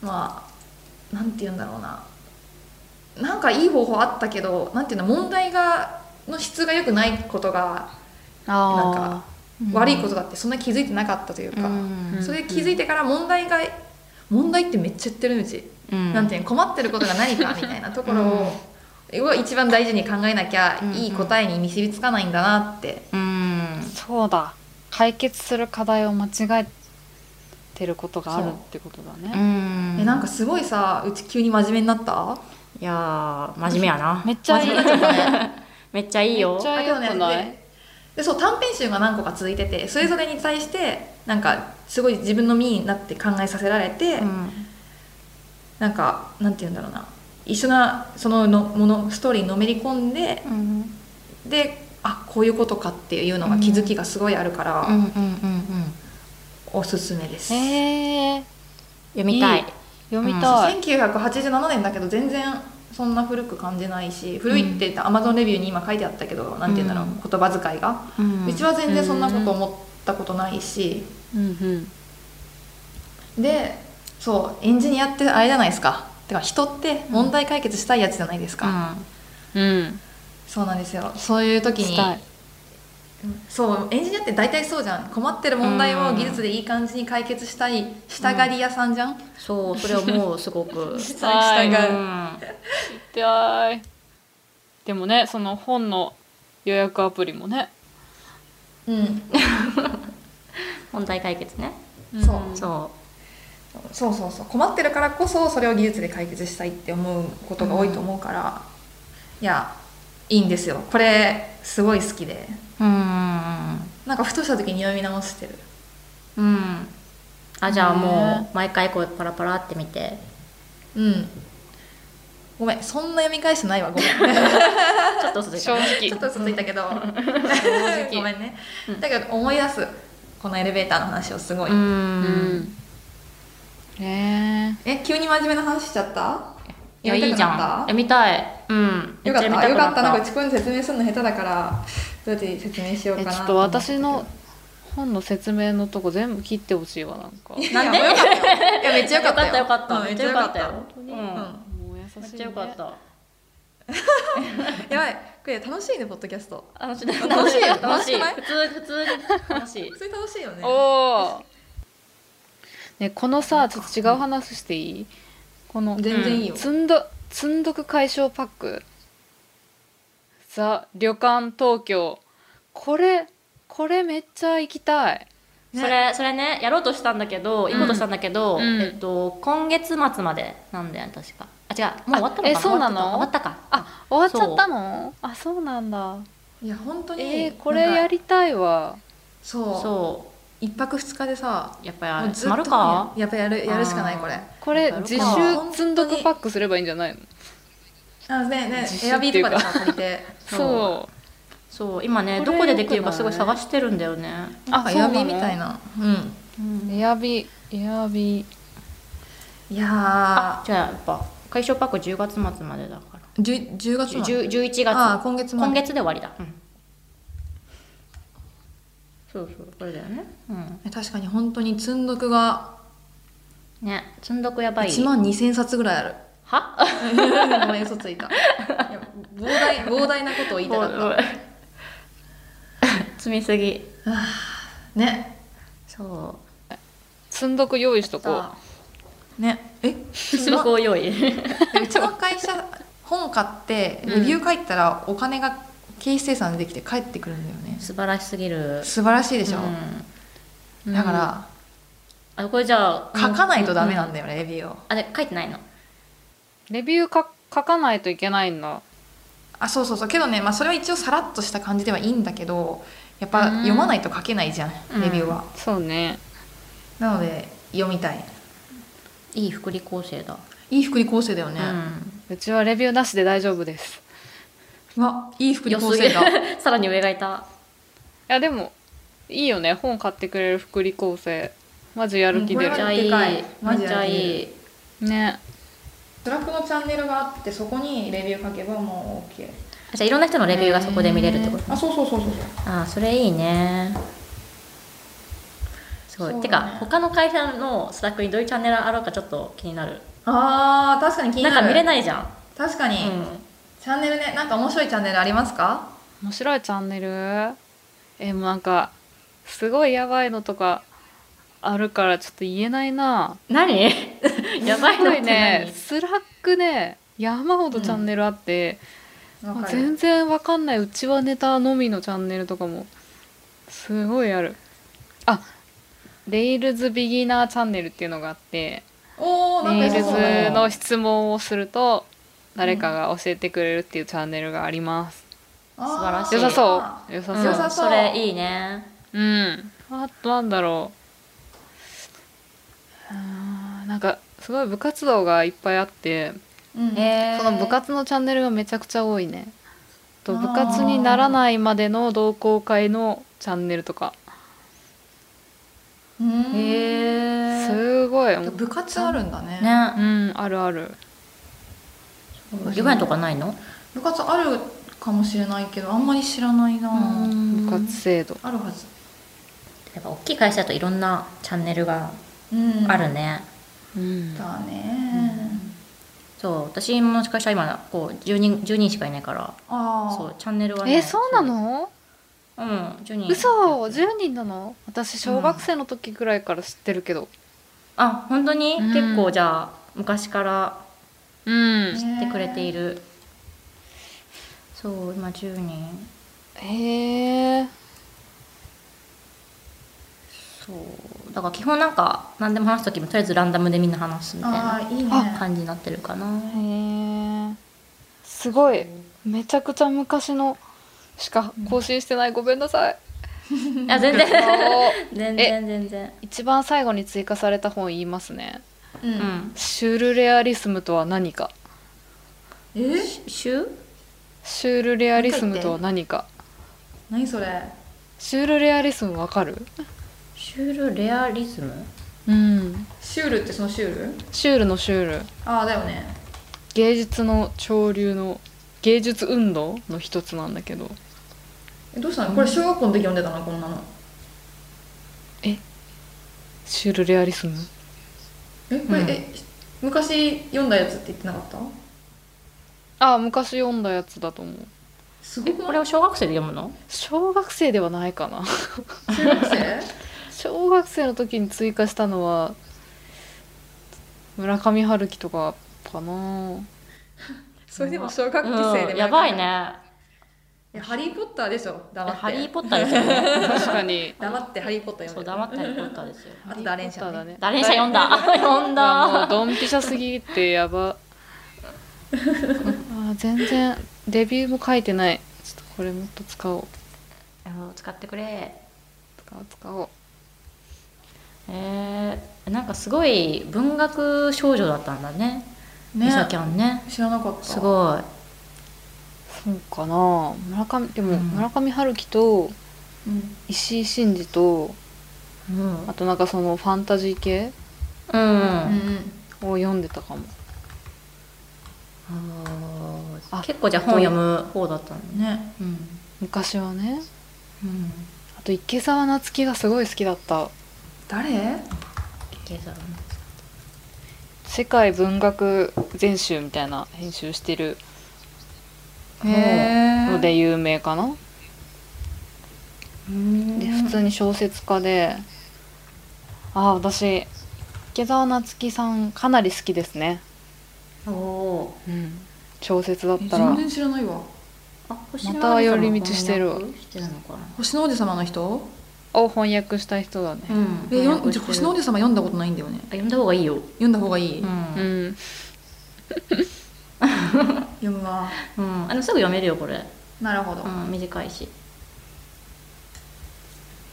S1: まあなんて言うんだろうななんかいい方法あったけどなんていうの問題がの質が良くないことがなん
S2: あ
S1: か悪いことだってそんな気づいてなかったというか、
S3: うん
S1: それで気づいてから問題が問題ってめっちゃ言ってるうち、
S3: うん
S1: なんていうの困ってることが何かみたいなところを、を一番大事に考えなきゃいい答えに導かないんだなって、
S3: うん
S2: ーそうだ解決する課題を間違えてることがあるってことだ
S3: う
S2: ね、
S3: ん
S1: えなんかすごいさうち急に真面目になった
S3: いやー真面目やな
S2: めっちゃいい
S1: 真面目になっちゃったね
S3: [LAUGHS] めっちゃいいよ
S2: めっちゃ
S1: あでもね
S2: よくない
S1: ででそう短編集が何個か続いててそれぞれに対してなんかすごい自分の身になって考えさせられて、
S3: うん
S1: なんかなんて言うんだろうな一緒なそののものストーリーにのめり込んで
S3: うん
S1: であこういうことかっていうのが気づきがすごいあるから、
S3: うんうんうん
S1: おすすめです、
S2: えー、
S3: 読みたい
S2: いい読み
S1: そう
S2: たい、
S1: 1987年だけど全然そんな古く感じないし古いってアマゾンレビューに今書いてあったけど、なんて言うんだろう
S3: うん
S1: 言葉遣いが、
S3: う
S1: うんちは全然そんなこと思ったことないし
S2: うん
S1: でそうエンジニアってあれじゃないですかてか人って問題解決したいやつじゃないですか、
S2: うんうん
S1: そうなんですよそういう時に
S2: したい
S1: そうエンジニアって大体そうじゃん困ってる問題を技術でいい感じに解決したいしたがり屋さんじゃん、
S3: そうそれをもうすごく
S1: したいが
S2: 痛いでもねその本の予約アプリもね、
S1: うん、
S3: 問題解決ね
S1: そう
S2: うん
S3: そ
S1: そうそうそう困ってるからこそそれを技術で解決したいって思うことが多いと思うから、いやいいんですよこれすごい好きで
S3: ううん
S1: なんかふとした時に読み直してる
S3: うんあじゃあ
S2: ね
S3: もう毎回こうパラパラって見て
S1: うんごめんそんな読み返してないわごめん
S3: ちょっと嘘つい
S2: 正
S3: た
S2: 直
S1: ちょっと嘘ついたけど
S2: 直
S1: [LAUGHS] ごめんね
S2: うん
S1: だけど思い出すこのエレベーターの話をすごい、
S2: うんね
S1: え急に真面目な話しちゃった
S3: いやいいじ
S1: やりたくな
S3: ゃ
S1: っ
S3: ん
S1: た
S3: やみたいうん
S1: よかったよかったなんかう
S3: ち
S1: ちこういうの説明するの下手だからどうやって説明しよう
S2: え
S1: かな
S2: ちょっと私の本の説明のとこ全部切ってほしいわなんか、うん、
S1: なん
S3: で
S1: でよかったよいやめっちゃよかった
S3: よかっためっちゃよかったよ
S2: もう優しい、ね、
S3: めっちゃよかった
S1: やばいクレ楽しいねポッドキャスト
S3: 楽しいよ
S1: 楽しいよ
S3: 楽しい
S1: 楽し
S3: 普通普通に楽しい
S1: 普通に楽しいよね
S2: おお、ね、このさちょっと違う話していいこの
S1: 全然いいよ、
S2: 積んど積んどく解消パックザ旅館東京これこれめっちゃ行きたい
S1: ね
S3: それそれねやろうとしたんだけど行こうとしたんだけど、
S2: うん
S3: えっと、今月末までなんだよ確かあ違うもう終わったのか
S2: あえそうなの
S3: 終わったか
S2: あ終わっちゃったのあそうなんだ
S1: いや本当に
S2: えー、これや
S1: り
S2: りたいわ
S1: そう
S3: そ
S1: 一泊二日でさ
S3: うやっぱ
S1: も
S3: り
S1: うずっと
S3: 詰まるか
S1: やっぱやるやるしかない
S3: あー
S1: これ
S2: これ
S3: やるか
S2: 自習積んどくパックすればいいんじゃないの
S1: あねね
S2: 実
S1: エア
S2: 習
S1: ビ
S2: っ
S1: ー
S2: て
S1: とか
S2: いうか
S1: でさ借りて
S2: そ
S3: そう今ね
S2: これ
S3: どこでできる
S2: よくな
S3: か
S2: い
S3: すごい探してるんだよね、
S2: う
S1: なんかエアビー
S2: そう
S1: み
S2: の
S1: たいなうん
S2: エアビエアビ
S1: いや
S3: あじゃあやっぱ解消パック10月末までだから
S1: ーじゅ 10, 月まで
S3: 10 11月
S1: あー今月ま
S3: 今
S1: で
S3: 月で終わりだ、うん、そうそうこれだよねうん
S1: え確かに本当に積んどくが
S3: ね積んどくやばい
S1: 1万2000冊ぐらいある
S3: は
S1: [LAUGHS] ごめん嘘ついたいや膨大膨大なことを言いたかった
S3: もうもう [LAUGHS] 積みすぎ
S1: ね
S3: そう
S2: 積んどく用意しとこ
S1: さ
S2: う
S1: あねえ
S3: 積んどくを用意
S1: うちの会社本買ってレビュー書いたらお金が経費精算できて返ってくるんだよね
S3: [LAUGHS] 素晴らしすぎる
S1: 素晴らしいでしょ、
S3: うん
S1: だから
S3: あこれじゃあ
S1: 書かないとダメなん
S3: だ、
S1: だよね、レビューを
S3: あれ書いてないの
S2: レビューか書かないといけないんだ
S1: あそうそうそうけどね、まあ、それは一応さらっとした感じではいいんだけどやっぱ
S2: うん
S1: 読まないと書けないじゃん、
S3: うん
S1: レビューは
S2: そうね
S1: なので読みたい
S3: いい福利厚生だ、
S1: いい福利厚生だよね、
S2: うちはレビューなしで大丈夫です
S1: うわいい福
S3: うん
S1: 利
S3: 良
S1: 厚
S3: すぎ
S1: 生
S3: る [LAUGHS]
S1: だ
S3: さらに上がいた
S2: いやでもいいよね本買ってくれる福利厚生マジやる気
S1: これ
S2: 出
S1: は
S3: めっち
S2: る
S3: ゃい
S1: で
S3: い
S1: かい
S3: めっちゃいい
S2: ね
S1: スラックのチャンネルがあってそこにレビュー書けばもう OK
S3: あじゃあいろんな人のレビューがそこで見れるってこと
S1: あそうそうそうそうそう
S3: ああそれいいねす
S1: そ
S3: ごい、
S1: うだね
S3: てか他の会社のスラックにどういうチャンネルあろうかちょっと気になる
S1: あー確かに気にな
S3: な
S1: る
S3: んか見れないじゃん、
S1: 確かに、チャンネルねなんか面白いチャンネルありますか
S2: 面白いチャンネルえもうなんかすごいやばいのとかあるからちょっと言えないな
S3: うん、何 [LAUGHS] やばい
S2: すご
S3: のっ
S2: い
S3: て何
S2: ねスラックね山ほどチャンネルあって、
S1: わ
S2: もう
S1: かる
S2: 全然わかんないうちはネタのみのチャンネルとかもすごいあるあレイルズビギナーチャンネルっていうのがあって
S1: おーなんか
S2: レイ
S1: 良
S2: ル
S1: さ
S2: ズ
S1: そうだね
S2: の質問をすると誰かが教えてくれるっていうチャンネルがあります、
S1: あー
S3: 素晴らしい
S2: 良さそう良
S3: う
S2: さ
S3: ん、
S2: そ
S1: 良
S2: う
S1: さそう
S3: それいいね
S2: うん、あとなんだろううーんなんかすごい部活動がいっぱいあって
S1: うん
S3: え
S2: その部活のチャンネルがめちゃくちゃ多いねと
S1: あー
S2: 部活にならないまでの同好会のチャンネルとか
S1: うーん
S3: へえ
S2: すごいもう
S1: 部活あるんだね
S2: う
S3: ね
S2: んあるある
S3: リバインとかないの
S1: 部活あるかもしれないけどあんまり知らないな
S3: うん
S2: 部活制度
S1: あるはず、
S3: やっぱ大きい会社だといろんなチャンネルが
S1: うん
S3: あるね、
S2: うん
S1: だね、
S3: そう私も会社今こう10人 ,10 人しかいないから
S1: ああ
S3: そうチャンネルはね
S2: えそうなの
S3: そううん10人
S2: 嘘10人なの私小学生の時ぐらいから知ってるけど
S3: あ本当に、
S2: うん
S3: 結構じゃあ昔から
S2: うん
S3: 知ってくれている、そう今10人
S2: へえ
S3: そうだから基本なんか何でも話す時もとりあえずランダムでみんな話すみたい
S1: あ
S3: な
S1: あいいね
S2: あ
S3: 感じになってるかな
S2: へえすごいめちゃくちゃ昔のしか更新してない、ごめんなさい
S3: あ全然
S2: あー
S3: 全然全然
S2: [LAUGHS] 一番最後に追加された本言いますね
S1: うん
S3: うん
S2: シュルレアリスムとは何か
S1: え
S3: シュ
S2: シュールレアリスムとは何か
S1: 何それ
S2: シュールレアリスムわかる
S3: シュールレアリズム
S2: うん
S1: シュールってそのシュール
S2: シュールのシュール
S1: ああだよね
S2: 芸術の潮流の芸術運動の一つなんだけど
S1: えどうしたのこれ小学校の時読んでたなこんなの
S2: シュールレアリスム
S1: えこれ、
S2: うん
S1: え昔読んだやつって言ってなかった
S2: ああ昔読んだやつだと思う
S1: す
S3: え
S1: ご
S3: こ
S1: く
S3: れ
S1: ない
S3: を小学生で読むの
S2: 小学生ではないかな
S1: 中学生
S2: 小学生の時に追加したのは村上春樹とかかな
S1: [LAUGHS] それでも小学生で
S3: う
S1: も
S3: ん、やばいね
S1: やハリー・ポッターでしょ黙って
S3: ハリー・ポッターですよね
S2: 確かに
S1: 黙ってハリー・ポッター
S3: そ
S1: 読
S3: う
S1: んで
S3: 黙ってハリー・ポッターですよ
S1: あとダレンシャ
S2: だ
S1: ね
S2: ね
S3: 誰にし読んだ読ん
S2: もう
S3: だ
S2: ドンピシャすぎてや [LAUGHS] ばあ全然レビューも書いてないちょっとこれもっと使おう
S3: あの使ってくれ
S2: 使おう使おう
S3: えー、なんかすごい文学少女だったんだねみさきゃんね
S1: 知らなかった
S3: すごい
S2: そうかな村上でも、
S3: うん
S2: 村上春樹と
S1: うん
S2: 石井真二と
S3: うん
S2: あとなんかそのファンタジー系
S3: うん、
S1: うんうん
S2: を読んでたかも
S3: あ
S2: あ
S3: ー結構じゃあ本読む方だったのね
S1: ね
S3: うん、
S2: 昔はね
S3: うん、
S2: あと池澤夏樹がすごい好きだった
S1: 誰
S3: 池澤の
S2: 世界文学全集みたいな編集してる
S1: へ
S2: の
S1: ー
S2: で有名かなで普通に小説家でああ私池澤夏樹さんかなり好きですね、
S3: おお
S2: うん、小説だっ
S1: え
S2: たら
S1: 全然知らないわ
S3: ーあ星
S2: また寄り道してるわ
S3: してるのかな
S1: 星の王子様の人
S2: を翻訳した人だね
S3: うん
S1: えよん
S3: 翻訳
S1: じゃあ
S3: してる
S1: 星の王子様読んだことないんだよね
S3: あ読んだ方がいいよ、
S1: 読んだ方がいい、
S3: ん
S2: うん、
S1: 読むわ
S3: うん、あのすぐ読めるよこれ、
S1: なるほど、
S3: うん、短いし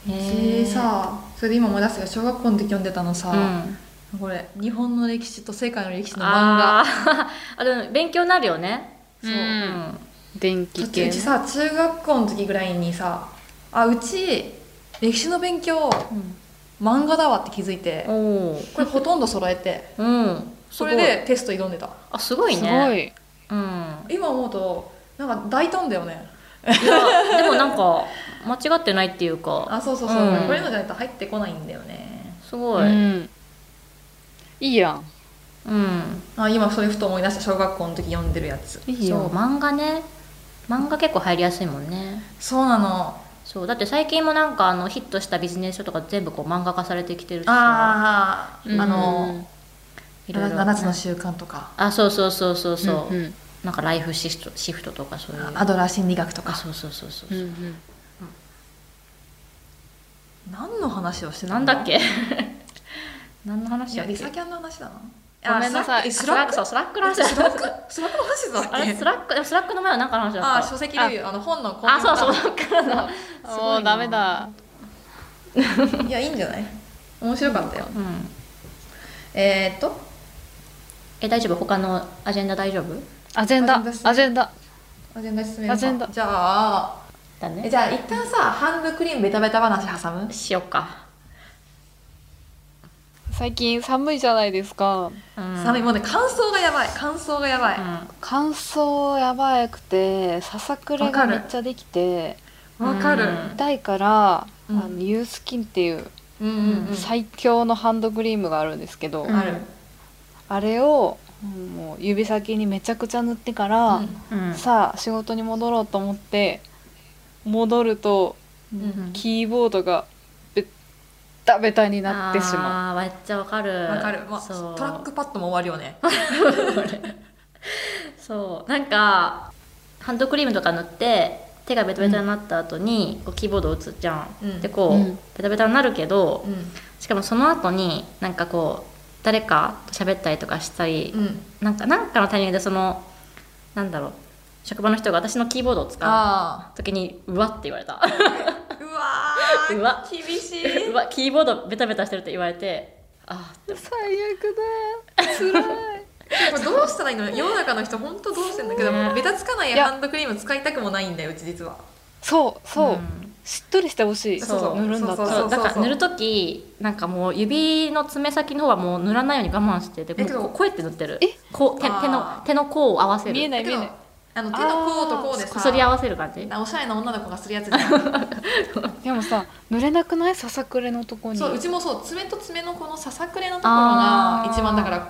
S1: えさそれで今思い出すが小学校の時読んでたの
S3: う
S1: さ、
S3: ん、
S1: これ日本の歴史と世界の歴史の漫画
S3: あー [LAUGHS] あでも勉強になるよね
S1: そう、
S2: うん電気
S1: だって
S2: 系
S1: う
S2: ね
S1: ちさ中学校の時ぐらいにさあうち歴史の勉強漫画だわって気づいて
S3: うん、お
S1: これほとんど揃えて
S3: おうん [LAUGHS] す
S1: そ
S3: ごい
S1: れでテスト挑んでた
S3: あすごい
S2: す
S3: ね
S2: ごい
S3: うん
S1: 今思うとなんか大胆だよね
S3: いやでもなんか間違ってないっていうか
S1: あそうそうそう、
S3: うん
S1: こういうのじゃないと入ってこないんだよね
S3: すご
S2: う
S3: い、
S2: ん、いいやん
S3: うん、
S1: あ今それふと思い出した小学校の時読んでるやつ
S2: いい
S3: そう
S2: よ
S3: 漫画ね漫画結構入りやすいもんね
S1: そうなの
S3: そうだって最近もなんかあのヒットしたビジネス書とか全部こう漫画化されてきてるしさ
S1: ああ、
S2: うん
S1: あの
S3: いろいろ
S1: 7つの習慣とか、
S3: あそうそうそうそうそう、
S2: ん
S3: なんかライフシフトシフトとかそういう
S1: アドラー心理学と
S3: あ
S1: か
S3: そうそうそうそう、
S2: うんうんうん
S1: 何の話をしてた
S3: なんだっけ何の
S1: い
S3: 話
S1: や
S3: やっけ
S1: リサキャンの話だな
S2: ごめんなさい
S1: あ
S3: ス
S1: ス
S3: ラ
S1: ラ
S3: ッ
S1: ッ
S3: ク
S1: ク
S3: そうスラックの
S1: え
S3: 話
S1: ス
S3: だ
S1: ラ
S3: っ
S1: ッ
S3: た
S1: クスラックの話だっけ
S3: あれスラックでもスラックの前は何かの話だった
S1: あ書籍レビューあの本のコメント
S3: あそうそうスラックの話
S1: ごい
S2: も
S1: な
S2: うダメだ
S1: いやいいんじゃない面白かったよ
S3: うん
S1: えー、っと
S3: え大丈夫他のアジェンダ大丈夫
S2: アジェンダ
S1: アジェンダっすね
S2: ア
S1: アジ
S2: ジェンダ
S1: ェンダ進めるか
S2: アジェンダ
S1: じゃあ
S3: だね
S1: えじゃあ一旦さハンドクリームベタベタ話挟む
S3: しよっか、
S2: 最近寒いじゃないですか
S3: うん
S1: 寒いもうね乾燥がやばい乾燥がやばい、
S2: 乾燥やばくてささくれ
S1: わか
S2: が
S1: る
S2: めっちゃできて
S1: わかる
S2: 痛いから、
S1: うん
S2: あのユースキンっていう
S1: うんうんうん
S2: 最強のハンドクリームがあるんですけど、
S3: うん
S1: ある、
S2: あれをうんもう指先にめちゃくちゃ塗ってから、
S3: うん、うん
S2: さあ仕事に戻ろうと思って戻ると
S1: うん
S2: キーボードがベッタベタになってしまう
S3: あーめっちゃわかる
S1: わかる、まあ、
S3: そう
S1: トラックパッドも終わるよね
S3: そうなんかハンドクリームとか塗って手がベタベタになった後に、こうキーボードを打つじゃん、
S1: うん
S3: でこう、
S2: うん
S3: ベタベタになるけど、
S1: うん
S3: しかもその後になんかこう誰かと喋ったりとかしたり、
S1: うん
S3: なんかなんかのタイミングでそのなんだろう職場の人が私のキーボードを使う
S1: あ
S3: 時にうわって言われた
S1: あうわー
S3: うわ
S1: 厳しいう
S3: [LAUGHS] わキーボードベタベタしてるって言われてあ
S2: 最悪だ辛い
S1: [LAUGHS] これどうしたらいいの世の中の人本当どうしてんだけど、
S2: ね
S1: ベタつかない
S2: いや
S1: ハンドクリーム使いたくもないんだようち実は
S2: [LAUGHS] そうそう、
S3: ん
S2: しっとりしてほしい
S1: そう
S3: そう
S2: 塗るんだったら
S1: そう
S3: そうだから塗る時なんかもう指の爪先の方はもう塗らないように我慢してて
S1: えけど
S3: こうこうやって塗ってる
S2: え
S3: こう手
S1: あー
S3: 手の手の甲を合わせる
S2: 見えない
S1: だけ
S2: 見え
S1: ど
S2: ない
S1: あの手の甲と甲で
S3: こ
S1: さ
S3: すり合わせる感じ
S1: おしゃれな女の子がするやつじゃん
S2: でもさ塗れなくないささくれのとこに
S1: そううちもそう爪と爪のこのささくれのところが
S3: あー
S1: 一番だから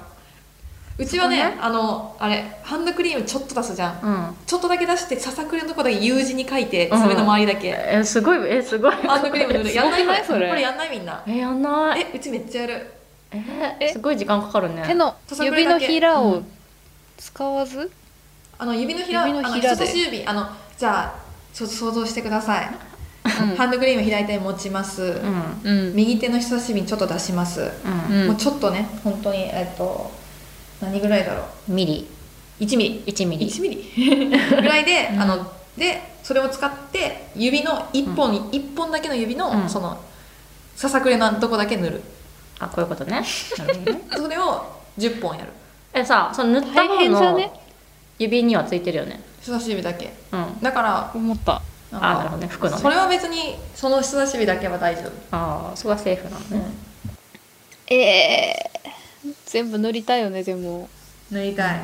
S1: うちはね
S2: そこね
S1: あのあれハンドクリームちょっと出すじゃん
S3: うん
S1: ちょっとだけ出してささくれのとこだけ U 字に書いて爪の周りだけ、
S3: えすごいえ [LAUGHS] すごい
S1: ハンドクリーム塗る
S2: すご
S1: やん
S2: くな
S1: ないいこれ
S2: それ
S1: これやんないみんな
S3: えやんない
S1: えうちめっちゃやる
S3: え
S2: え
S3: すごい時間かかるね
S2: 手の
S1: ささくれ
S2: 指
S1: だ
S2: の
S1: け
S2: ひら
S3: う
S2: を
S3: ん
S2: 使わず
S1: あの指のひら
S2: 指のひ
S1: あ
S2: ら
S1: の人
S2: で
S1: 差し指あのじゃあちょっと想像してください、
S2: うん
S1: ハンドクリーム開いて持ちます、
S3: うん
S2: うん
S1: 右手の人差し指にちょっと出します、
S3: うん
S2: うん
S1: もうちょっとね本当にえっと何ぐらいだろう
S3: ミリ
S1: 1ミ
S3: 1ミ
S1: リ
S3: リ
S1: 1ミリぐらいで、
S3: [LAUGHS] うん
S1: あのでそれを使って指の1本に、一本だけの指の、
S3: うん
S1: そのささくれのとこだけ塗る
S3: あこういうことねなるほどね
S1: それを10本やる
S3: えさその塗った
S2: 大
S3: 方
S2: 変じゃ
S3: の
S2: ね
S3: 指にはついてるよね
S1: 人差し指だけ
S3: うん
S1: だから
S2: 思った
S1: なんか
S3: あなるほどね服の
S1: そ
S3: ね
S1: れは別にその人差し指だけは大丈夫
S3: ああそこはセーフなのね
S2: ええ全部塗りたいよねでも
S1: 塗りたい、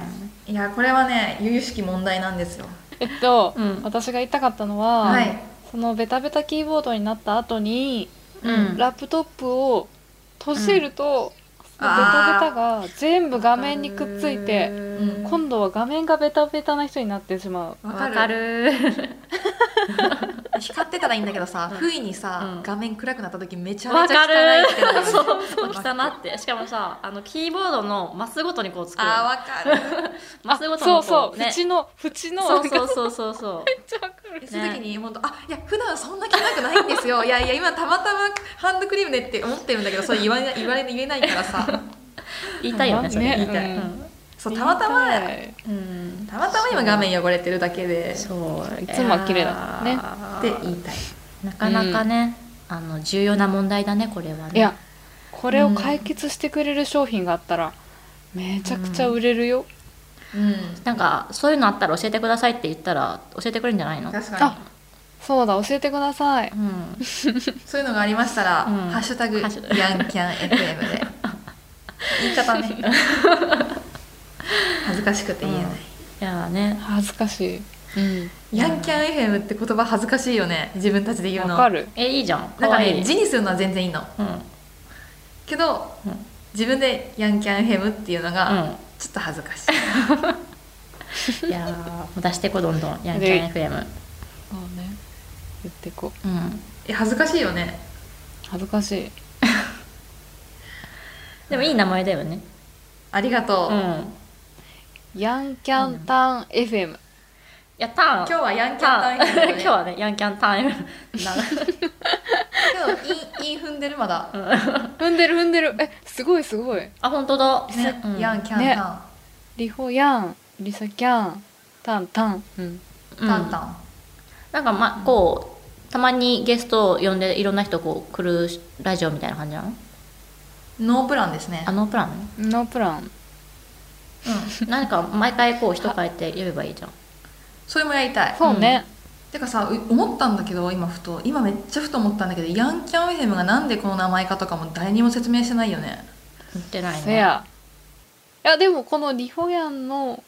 S1: いやこれはね由々しき問題なんですよ
S2: えっと、
S3: うん
S2: 私が言いたかったのは、
S1: はい
S2: そのベタベタキーボードになった後に、
S3: うん
S2: ラップトップを閉じると、そのベタベタが全部画面にくっついて
S1: うん
S2: 今度は画面がベタベタな人になってしまう
S1: わかる
S3: る
S1: [LAUGHS] 光ってたらいいんだけどさ、
S3: うん
S1: 不意にさ、
S3: うん
S1: 画面暗くなった時めちゃ
S3: わ
S1: めちゃ
S3: か
S1: 汚
S3: る
S1: いってなる
S3: そうそう汚なってしかもさあのキーボードのマスごとにこう作る
S1: あーわ
S3: [LAUGHS]
S1: かる
S3: マスごと
S2: そ
S3: の
S2: うそ
S3: こ
S2: う、
S3: うね
S2: 縁の縁の
S3: そうそううそうそうそう
S2: めっちゃわかる
S1: その時に本当あいや普段そんな汚くないんですよいやいや今たまたまハンドクリームでって思ってるんだけどそれ言わ
S3: [LAUGHS]
S1: ない言われ言えないからさ
S3: 言いたいよねそれ
S1: 言いたい
S3: うん
S1: そうたまたま
S2: 言いい
S3: うん
S1: たまたま今画面汚れてるだけで
S3: そうい
S2: つもは綺麗だからね
S1: って言いたい
S3: なかなかね、あの重要な問題だねこれはね
S2: いやこれを解決してくれる商品があったらめちゃくちゃ売れるよ、
S1: うん
S3: なんかそういうのあったら教えてくださいって言ったら教えてくれるんじゃないの
S1: 確か
S2: あそうだ教えてください
S3: うん
S1: にそういうのがありましたら「
S3: うん
S1: ハッシュタグ
S3: ハ
S1: ヤ
S3: ッ
S1: ン
S3: シュタグ
S1: キャン FM」で
S3: [LAUGHS]
S1: 言い方ね恥ずかしくて言えない、
S3: いやーね
S2: 恥ずかしいうん
S1: ヤンキャン FM って言葉恥ずかしいよね自分たちで言うの
S2: わかる
S3: えいいじゃん
S1: なん
S3: か
S1: か
S3: わいい
S1: ね字にするのは全然いいの
S3: うんうん
S1: けど自分でヤンキャン FM っていうのがちょっと恥ずかしい、
S3: うん、いやーもう出してこどんどんヤンキャン
S2: そ
S3: FM
S2: うね言ってこう
S3: うん
S1: え恥ずかしいよね
S2: 恥ずかしい
S3: でもいい名前だよね
S1: ありがと
S3: う
S1: う、
S3: ん
S2: ヤンキャンタン FM、
S3: いやターン
S1: 今日はヤンキ
S3: タ
S1: ャンタイ
S3: ーン
S1: ムだね、
S3: 今
S1: [LAUGHS]
S3: 日はねヤンキャンタイム
S1: 今日インイン踏んでるまだ、
S2: 踏んでる踏んでるえすごいすごい
S3: あ本当だ、
S1: ね
S3: うん
S1: ヤンキャンタン、
S2: ねリホヤンリサキャンタンタンうん
S3: うん
S1: タンタン
S3: なんかまこうたまにゲストを呼んでいろんな人こう来るラジオみたいな感じなの
S1: ノープランですね
S3: あのプラ
S1: [LAUGHS]
S3: ン
S2: ノープラン
S1: うん
S3: 何か毎回こう人変えて呼べばいいじゃん
S1: それもやりたい
S2: そうね、
S1: てかさう思ったんだけど今ふと今めっちゃふと思ったんだけどヤンキャン FM がなんでこの名前かとかも誰にも説明してないよね
S3: 言ってない
S2: せ
S3: ね
S2: やいやでもこのリホヤンの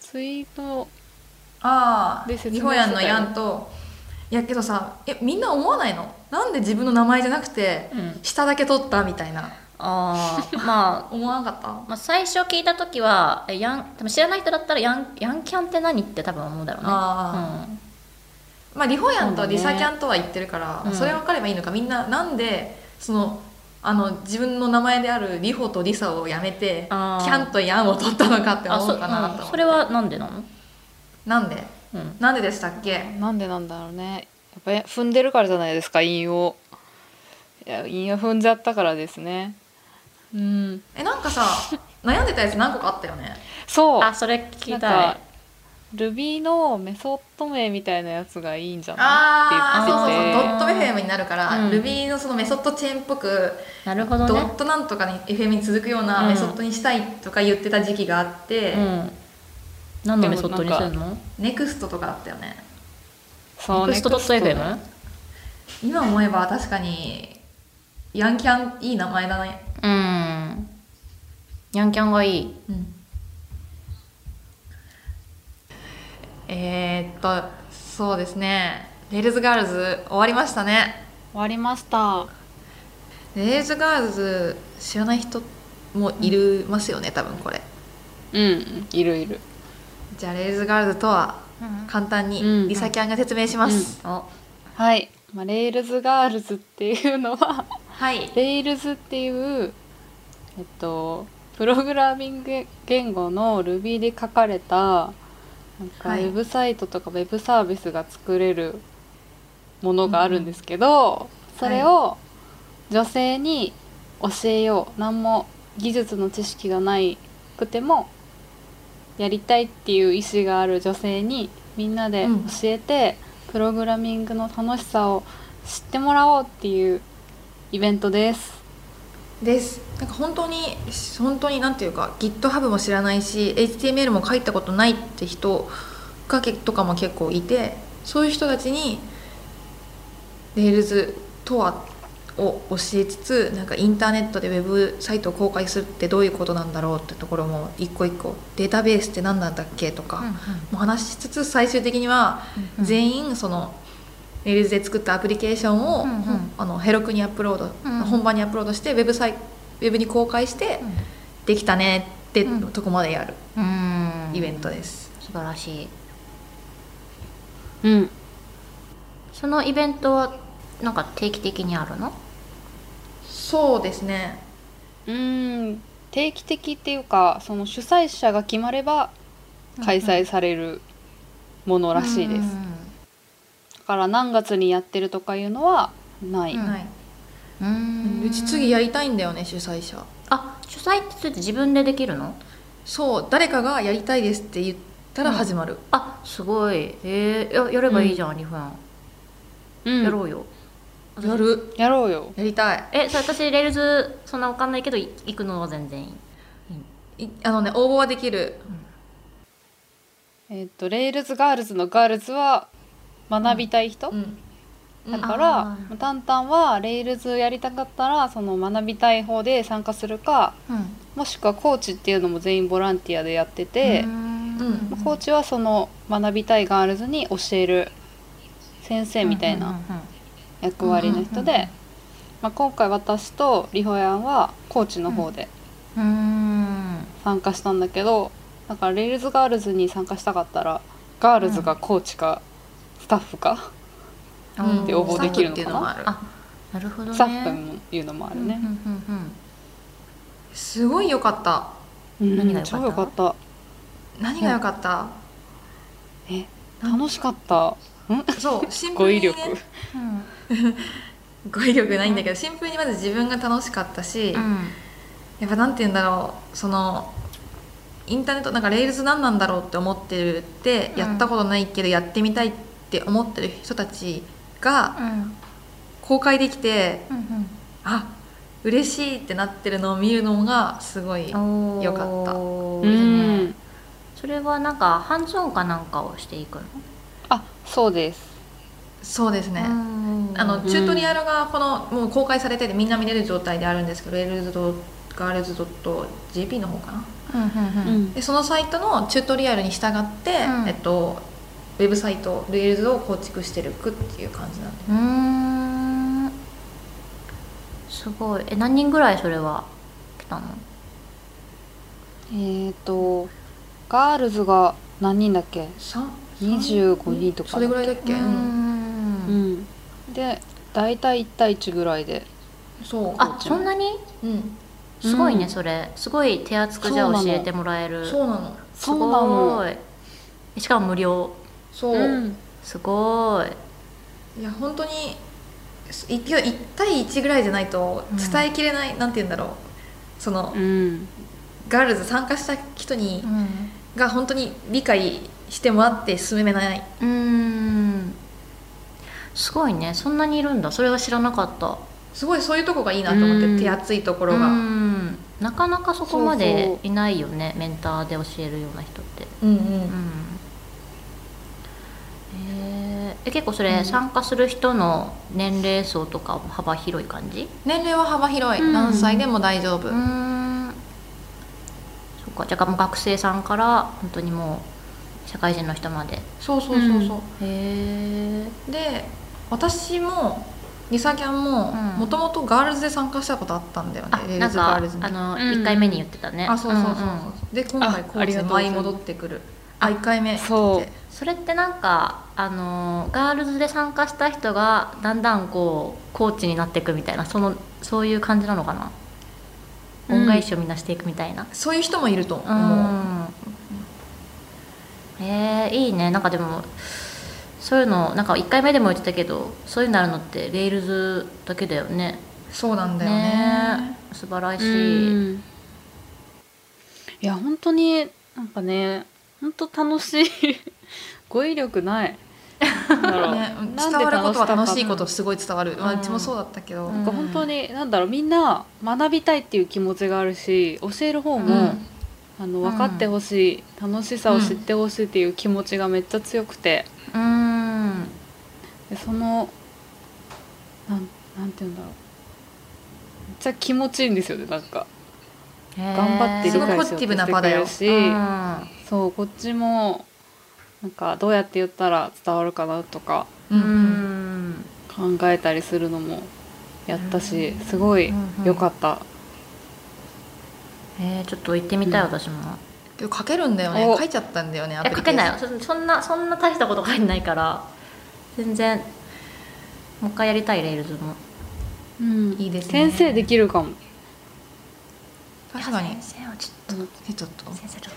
S2: ツイート
S1: ああ
S2: で説明
S1: 日本やんのやんといやけどさえみんな思わないのなんで自分の名前じゃなくて
S3: うん
S1: 下だけ取ったみたいな
S3: あ
S1: [LAUGHS]
S3: ーまあ
S1: 思わなかっ
S3: まあ最初聞いた時はえヤン多分知らない人だったらヤンヤンキャンって何って多分思うだろうね
S1: あたまあリホヤンとリサキャンとは言ってるから
S3: そうだ
S1: そ,、
S3: ね
S1: れ分かればいいのかみんななんでそのあの自分の名前であるリホとリサをやめてキ
S3: あー
S1: ャンとヤンを取ったのかって
S3: うんあ
S1: 思
S3: そう
S1: かなと
S3: う
S1: 思
S3: ん
S1: う
S3: それはなんでなの
S1: なんで
S3: うん
S1: なんででしたっけ
S2: なんでなんだろうねやっぱ踏んでるからじゃないですか韻をいや韻を踏んじゃったからですねうん
S1: [LAUGHS] えなんかさ悩んでたやつ何個かあったよね
S2: そう
S3: あそれ聞
S2: ないん
S3: た
S2: か
S3: い
S2: Ruby のメソッド名みたいなやつがいいんじゃ
S1: ああそう
S2: ないって言ってて
S1: そうそうドット FM になるから、
S2: うん
S1: Ruby のそのメソッドチェーンっぽく
S3: なるほど
S1: ド
S3: ね
S1: ットなんとかに FM に続くよう
S2: う
S1: なんメソッドにしたいとか言ってた時期があって、
S2: うん、
S3: 何のメソッドにする
S2: で
S3: の
S1: ネクストとかだったよね
S2: そう
S3: ネクストドット
S2: Next
S3: FM?
S1: 今思えば確かにヤンキャンいい名前だね
S3: うんヤンキャンがいい
S1: うんえー、っとそうですねレールズガールズ終わりましたね
S2: 終わりました
S1: レールズガールズ知らない人もいるますよね、多分これ
S2: うんいるいる
S1: じゃあレールズガールズとは簡単
S2: う
S1: に
S2: ん
S1: リサキャンが説明します、
S3: お
S2: はい、まあ、レールズガールズっていうのは
S1: はい
S2: レイルズっていう、えっと、プログラミング言語の Ruby で書かれたなんかウ
S1: はい
S2: ェブサイトとかウェブサービスが作れるものがあるんですけど、それを女性に教えよう何も技術の知識がないくてもやりたいっていう意思がある女性にみんなで
S1: うん
S2: 教えて、プログラミングの楽しさを知ってもらおうっていうイベントです。
S1: ですなんか本当に本当になんていうか GitHub も知らないし HTML も書いたことないって人がけとかも結構いてそういう人たちに Rails とはを教えつつなんかインターネットでウェブサイトを公開するってどういうことなんだろうってところも一個一個データベースって何なんだっけとか、もう話しつつ最終的には
S3: うん
S1: 全員その Rails で作ったアプリケーションを、
S3: うんうん
S1: あのヘロクにアップロード、
S3: うん
S1: 本番にアップロードしてウェブサイウェブに公開して、
S3: うん
S1: できたねって
S3: うん
S1: とこまでやる
S3: うん
S1: イベントです、
S3: 素晴らしい
S2: うん、
S3: そのイベントはなんか定期的にあるの
S1: そうですね
S2: うん定期的っていうかその主催者が決まれば開催されるものらしいです。だから何月にやってるとかいうのはない。
S3: うん
S1: はい、
S3: うんうん
S1: うち次やりたいんだよね主催者
S3: あ主催ってそれって自分でできるの
S1: そう誰かがやりたいですって言ったら始まる、
S3: あすごいえー、ややればいいじゃん、日本
S2: うん
S3: やろうよ、
S1: やる
S2: やろうよ。
S1: やりたい
S3: えそれ私レールズそんなわかんないけどい行くのは全然いい
S1: いあのね応募はできる
S2: えっ、とレールズガールズのガールズは学びたい人、
S1: うんうん
S2: だか
S3: あ
S2: ら
S3: ー
S2: タンタンはレールズやりたかったらその学びたい方で参加するか
S3: うん
S2: もしくはコーチっていうのも全員ボランティアでやってて、
S1: うん
S2: まあコーチはその学びたいガールズに教える先生みたい
S3: うんうん
S2: な
S3: うんうん
S2: 役割の人
S3: うんうんうんう
S2: で、まあ、今回私とリホヤンはコーチの方で
S3: うーん
S2: 参加したんだけどだからレールズガールズに参加したかったらガールズがコーチかスタッフか、
S1: うん
S2: で応募できるのかな
S1: スタッフっていうのもある
S3: あなるほどね
S2: スタッフもいうのもあるね
S3: う、んうんうんうん
S1: すごい良かった
S2: うん
S3: 何が良かった
S2: 超良かった
S1: 何が良かった、
S2: え楽しかった
S1: そうシン
S3: [LAUGHS]
S1: プ
S2: 語
S1: ルに、
S2: 彙
S1: ね、
S2: 力、
S3: うん
S1: 語彙力ないんだけどシンプルにまず自分が楽しかったし、やっぱなんて言うんだろうそのインターネットなんかレールズ何なんだろうって思ってるって、
S3: うん
S1: やったことないけどやってみたいって思ってる人たちが
S3: うん
S1: 公開できて
S3: うん
S1: あ嬉しいってなってるのを見るのがすごい
S3: うん
S1: よかった
S3: お
S2: う
S3: ーいい
S2: ん
S3: ねそれはなんかハンズオンかなんかをしていくの
S2: あそうです
S1: そうですね、あ
S3: あ
S1: のチュートリアルがこのもう公開されててみんな見れる状態であるんですけどレールズドガールズドット JP の方かな
S3: うんうんうん
S1: でそのサイトのチュートリアルに従って、
S3: うん
S1: えっと、ウェブサイトレールズを構築してるくっていう感じなんで
S3: うーんすごいえ何人ぐらいそれは来たの
S2: えっ、とガールズが何人だっけ
S1: さ
S2: 25人とか
S1: それぐらいだっけ、
S3: うー
S1: うん
S2: うんんで大体1対1ぐらいで
S1: そう
S3: あそんなに
S1: うん、
S3: すごいね、
S2: うん
S3: それすごい手厚くじゃあ
S2: そうな
S3: 教
S2: の
S3: えてもらえる
S1: そうなの
S3: すご
S2: そうなの
S3: いえしかも無料
S1: そう、
S2: うん
S3: すごい
S1: いや本当にいいや1対1ぐらいじゃないと
S3: うん
S1: 伝えきれない、なんて言うんだろうその、
S2: うん
S1: ガールズ参加した人に、
S3: うん
S1: が本当に理解してもらって進めない、
S3: うーんすごいねそんなにいるんだそれは知らなかった
S1: すごいそういうとこがいいなと思っ
S3: うん
S1: て手厚いところ
S3: うー
S1: が
S3: んなかなかそこま
S2: そう
S3: で
S2: そ
S3: いないよねメンターで教えるような人って
S1: うんう
S3: うんんえーえ結構それ、
S1: うん
S3: 参加する人の年齢層とかも幅広い感じ
S1: 年齢は幅広い、
S3: うん
S1: 何歳でも大丈
S3: う
S1: 夫、
S3: ーんそっかじゃあもう学生さんから本当にもう社会人の人までへ
S1: そうそうそうそう、
S3: え
S1: で私もリサキャンも
S3: うん
S1: もともとガールズで参加したことあったんだよね
S3: あ、
S1: レー
S3: な
S1: ル
S3: ん
S1: ズガ
S3: か
S1: ールズに
S3: あの、
S2: うん
S3: 1回目に言ってたね
S1: あそうそうそうそう、
S3: んん
S1: で今回
S2: あ
S1: コ
S2: あ
S1: ー
S2: り
S1: チ
S2: がとうござい
S1: 舞
S2: ます
S1: 戻ってくるあ1回目
S2: そう
S1: 来て
S3: それってなんかあのガールズで参加した人がだんだんこうコーチになっていくみたいなそのそういう感じなのかな、
S1: うん
S3: 恩返しをみんなしていくみたいな
S1: そういう人もいると思う、
S3: うんえーいいねなんかでもそういうのなんか1回目でも言ってたけどそういうのあるのってレールズだけだよね
S1: そうなんだよね
S3: ねえ素晴らし
S2: う
S3: い、
S2: んいや本当になんかね本当楽しい [LAUGHS] 語彙力ないなんだろう
S1: ねうん
S2: なん
S1: 伝
S2: で
S1: わることは楽し
S2: 楽し
S1: い
S2: かった
S1: ことすごい伝わる、まあ
S3: うん
S1: うちもそうだったけど、
S3: う
S2: なん
S3: ん
S2: か本当になんだろうみんな学びたいっていう気持ちがあるし教える方も、
S1: うん
S2: あの分かってほしい、楽しさを知ってほしいっていう気持ちがめっちゃ強くて
S3: うん
S2: でそのなんなんて言うんだろうめっちゃ気持ちいいんですよねなんか頑張って
S1: す
S2: 理
S1: ごい
S2: 解しようとしてくれるし、
S3: うん
S2: そうこっちもなんかどうやって言ったら伝わるかなとか
S1: うん
S3: う
S1: うん
S3: ん
S2: 考えたりするのもやったしすごい良かった、
S3: えー、ちょっと行ってみたい、
S2: うん
S3: 私も
S1: けど書けるんだよね
S2: お
S1: 書いちゃったんだよねア
S3: い
S1: プ
S3: や
S1: リ
S3: 書
S1: ケ
S3: け
S1: ーション
S3: ないよそそんなそんな大したこと書いてないから全然もう一回やりたいレールズも
S2: うん
S1: いいですね
S2: 先生できるかも
S1: 確かに
S3: いや先生はちょっ
S1: えちょっと
S3: と先生ちょっ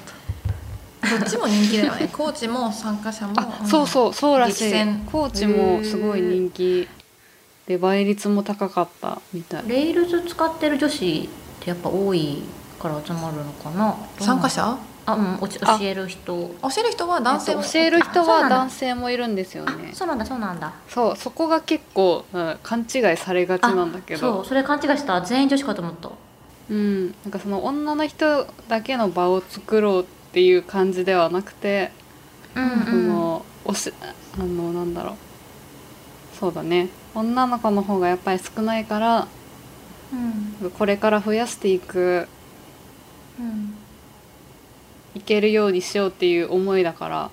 S3: と
S1: どっちも人気だよねコーチも参加者も
S2: あ、そうそうそうらし
S1: 激
S2: い
S1: 戦
S2: コーチもすごい人気で倍率も高かったみたい
S3: レールズ使ってる女子ってやっぱ多いから集まるのかな
S1: 参加者
S3: あうんおち教
S2: あ
S3: える人
S1: 教える人は男性も
S2: えっと教える人
S3: あそうな
S2: は
S3: んだ
S2: 男性もいるんですよ
S3: あ
S2: ね
S3: そうなんだそうなんだ
S2: そうそこが結構、うん、勘違いされがちなんだけ
S3: そ
S2: ど
S3: うそれ勘違いした全員女子かと思った
S2: うんなんかその女の人だけの場を作ろうっていう感じではなくて、
S3: うん
S2: そのおしあのなんだろうそうだね女の子の方がやっぱり少ないから
S3: うん
S2: これから増やしていく
S3: うん
S2: いけるようにしようっていう思いだから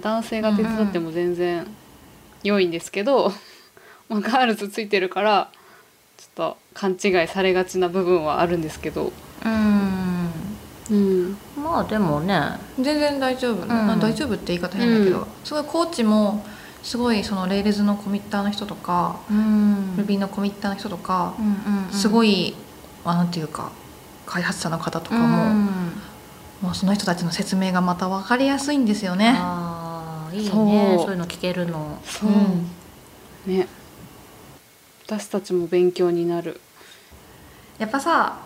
S2: 男性が手伝っても全然良いんですけど、 [LAUGHS] まあ、ガールズついてるからちょっと勘違いされがちな部分はあるんですけど、
S3: うん
S2: うん、
S3: まあでもね
S1: 全然大丈夫、
S3: ん
S1: あ大丈夫って言い方変だけど、
S2: うん
S1: すごいコーチもすごいそのレールズのコミッターの人とか、
S3: うん
S1: ルビーのコミッターの人とか
S3: う、んうん
S1: すご
S3: い
S1: いあなんていうか開発者の方と
S3: と
S1: かも、もうその人たちの説明がまた分かりやすいんですよね。
S3: ああいいね
S2: そう
S3: そういうの聞けるの
S2: そう、ね私たちも勉強になる
S1: やっぱさ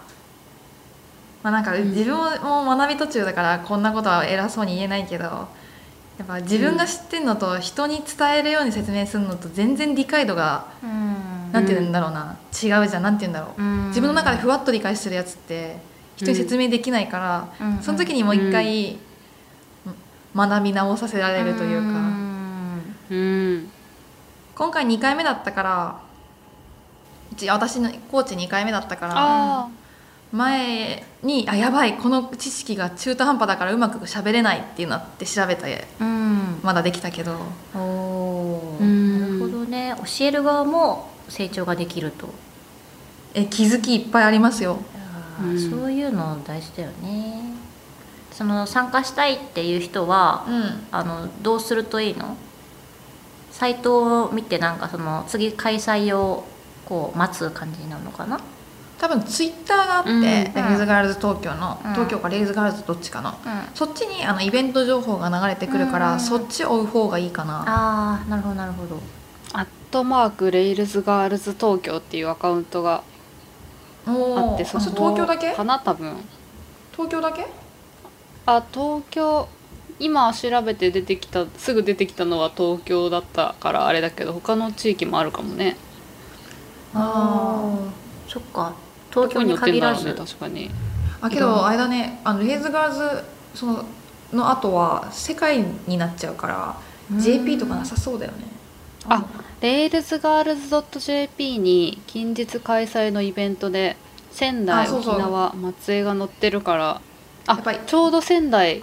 S1: まあなんか
S2: ん
S1: 自分も学び途中だからこんなことは偉そうに言えないけどやっぱ自分が知ってんのと人に伝えるように説明するのと全然理解度が
S3: うん
S1: なんて言うんだろうな、違うじゃんなんて言うんだろう、自分の中でふわっと理解してるやつって人に説明できないから、
S3: うん
S1: その時にもう一回、学び直させられるというか、
S3: ん
S2: うん
S1: 今回2回目だったからうち私のコーチ2回目だったから
S2: あ
S1: 前にあやばいこの知識が中途半端だからうまく喋れないっていうのあって調べて
S3: うん
S1: まだできたけど
S3: おお
S2: う
S3: ー
S2: ん
S3: なるほどね教える側も成長ができると
S1: え気づきいっぱいありますよ
S3: あ
S2: うん
S3: ーそういうの大事だよねその参加したいっていう人は
S1: うん
S3: あのどうするといいのサイトを見てなんかその次開催をこう待つ感じなのかな
S1: 多分ツイッターがあって、
S2: うん
S1: レーズガールズ東京の、
S3: うん
S1: 東京かレーズガールズどっちかの
S3: うん
S1: そっちにあのイベント情報が流れてくるから、
S3: うん
S1: そっち追う方がいいかな
S3: ああなるほどなるほど
S2: あアットマークレイルズガールズ東京っていうアカウントがあ
S1: お
S2: っ
S1: ー
S2: て
S1: あそれ
S2: こ
S1: 東京だけ
S2: かな多分
S1: 東京だけ
S2: あ東京今調べて出てきたすぐ出てきたのは東京だったからあれだけど他の地域もあるかもね
S3: ああそっか東京に限らず、
S2: どこに乗ってんだろうね確かに
S1: あけどあれだねあのレイズガールズそのの後は世界になっちゃうから
S3: うん
S1: JP とかなさそうだよね
S2: あレールズガールズ .jp に近日開催のイベントで仙
S1: あ
S2: 台
S1: そう
S2: 沖
S1: そう
S2: 縄松江が載ってるからあ
S1: やっぱり
S2: ちょうど仙台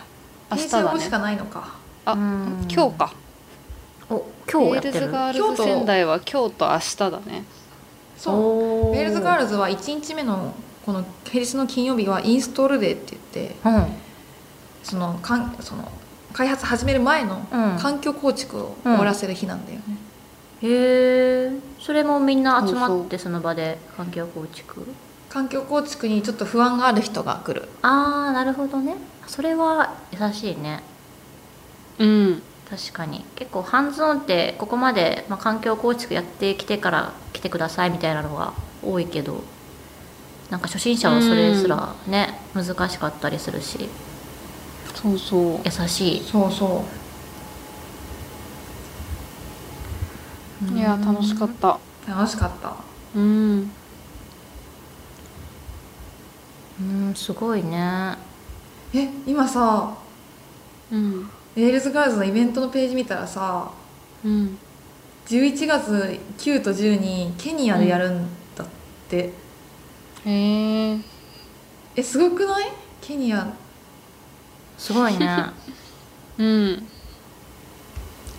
S1: 平
S2: 明日
S1: 成
S2: だ
S1: 後し
S2: ね
S1: かないのか
S2: あ
S3: うん
S2: 今日か
S3: お
S2: レ
S3: 今日
S2: ー
S3: やっ
S2: ル
S3: て
S2: ズ
S3: る
S2: ガー
S1: 今
S2: ル
S1: 日
S2: ズ
S1: と
S2: 仙台は今日と明日だね
S1: そう
S3: う
S1: レールズガールズは1日目のこの平日の金曜日はインストールデーって言って
S3: うん
S1: そのかんその開発始める前の
S3: うん
S1: 環境構築を終わらせる日なんだよね、
S3: へえそれもみんな集まってその場で環境構築
S1: 環境構築にちょっと不安がある人が来る
S3: ああなるほどねそれは優しいね
S2: うん
S3: 確かに結構ハンズオンってここまで、まあ、環境構築やってきてから来てくださいみたいなのが多いけどなんか初心者はそれすらね、難しかったりするし
S2: そうそう
S3: 優しい、
S1: そうそ
S2: いや楽しかった
S1: う楽しかった
S2: うん
S3: うんすごいね
S1: え今さ
S2: うん
S1: レールズガールズのイベントのページ見たらさ
S2: うん
S1: 11月9と10にケニアでやるんだって、
S2: へえ
S1: えすごくないケニア
S3: すごい
S2: [LAUGHS]
S3: ね
S2: うん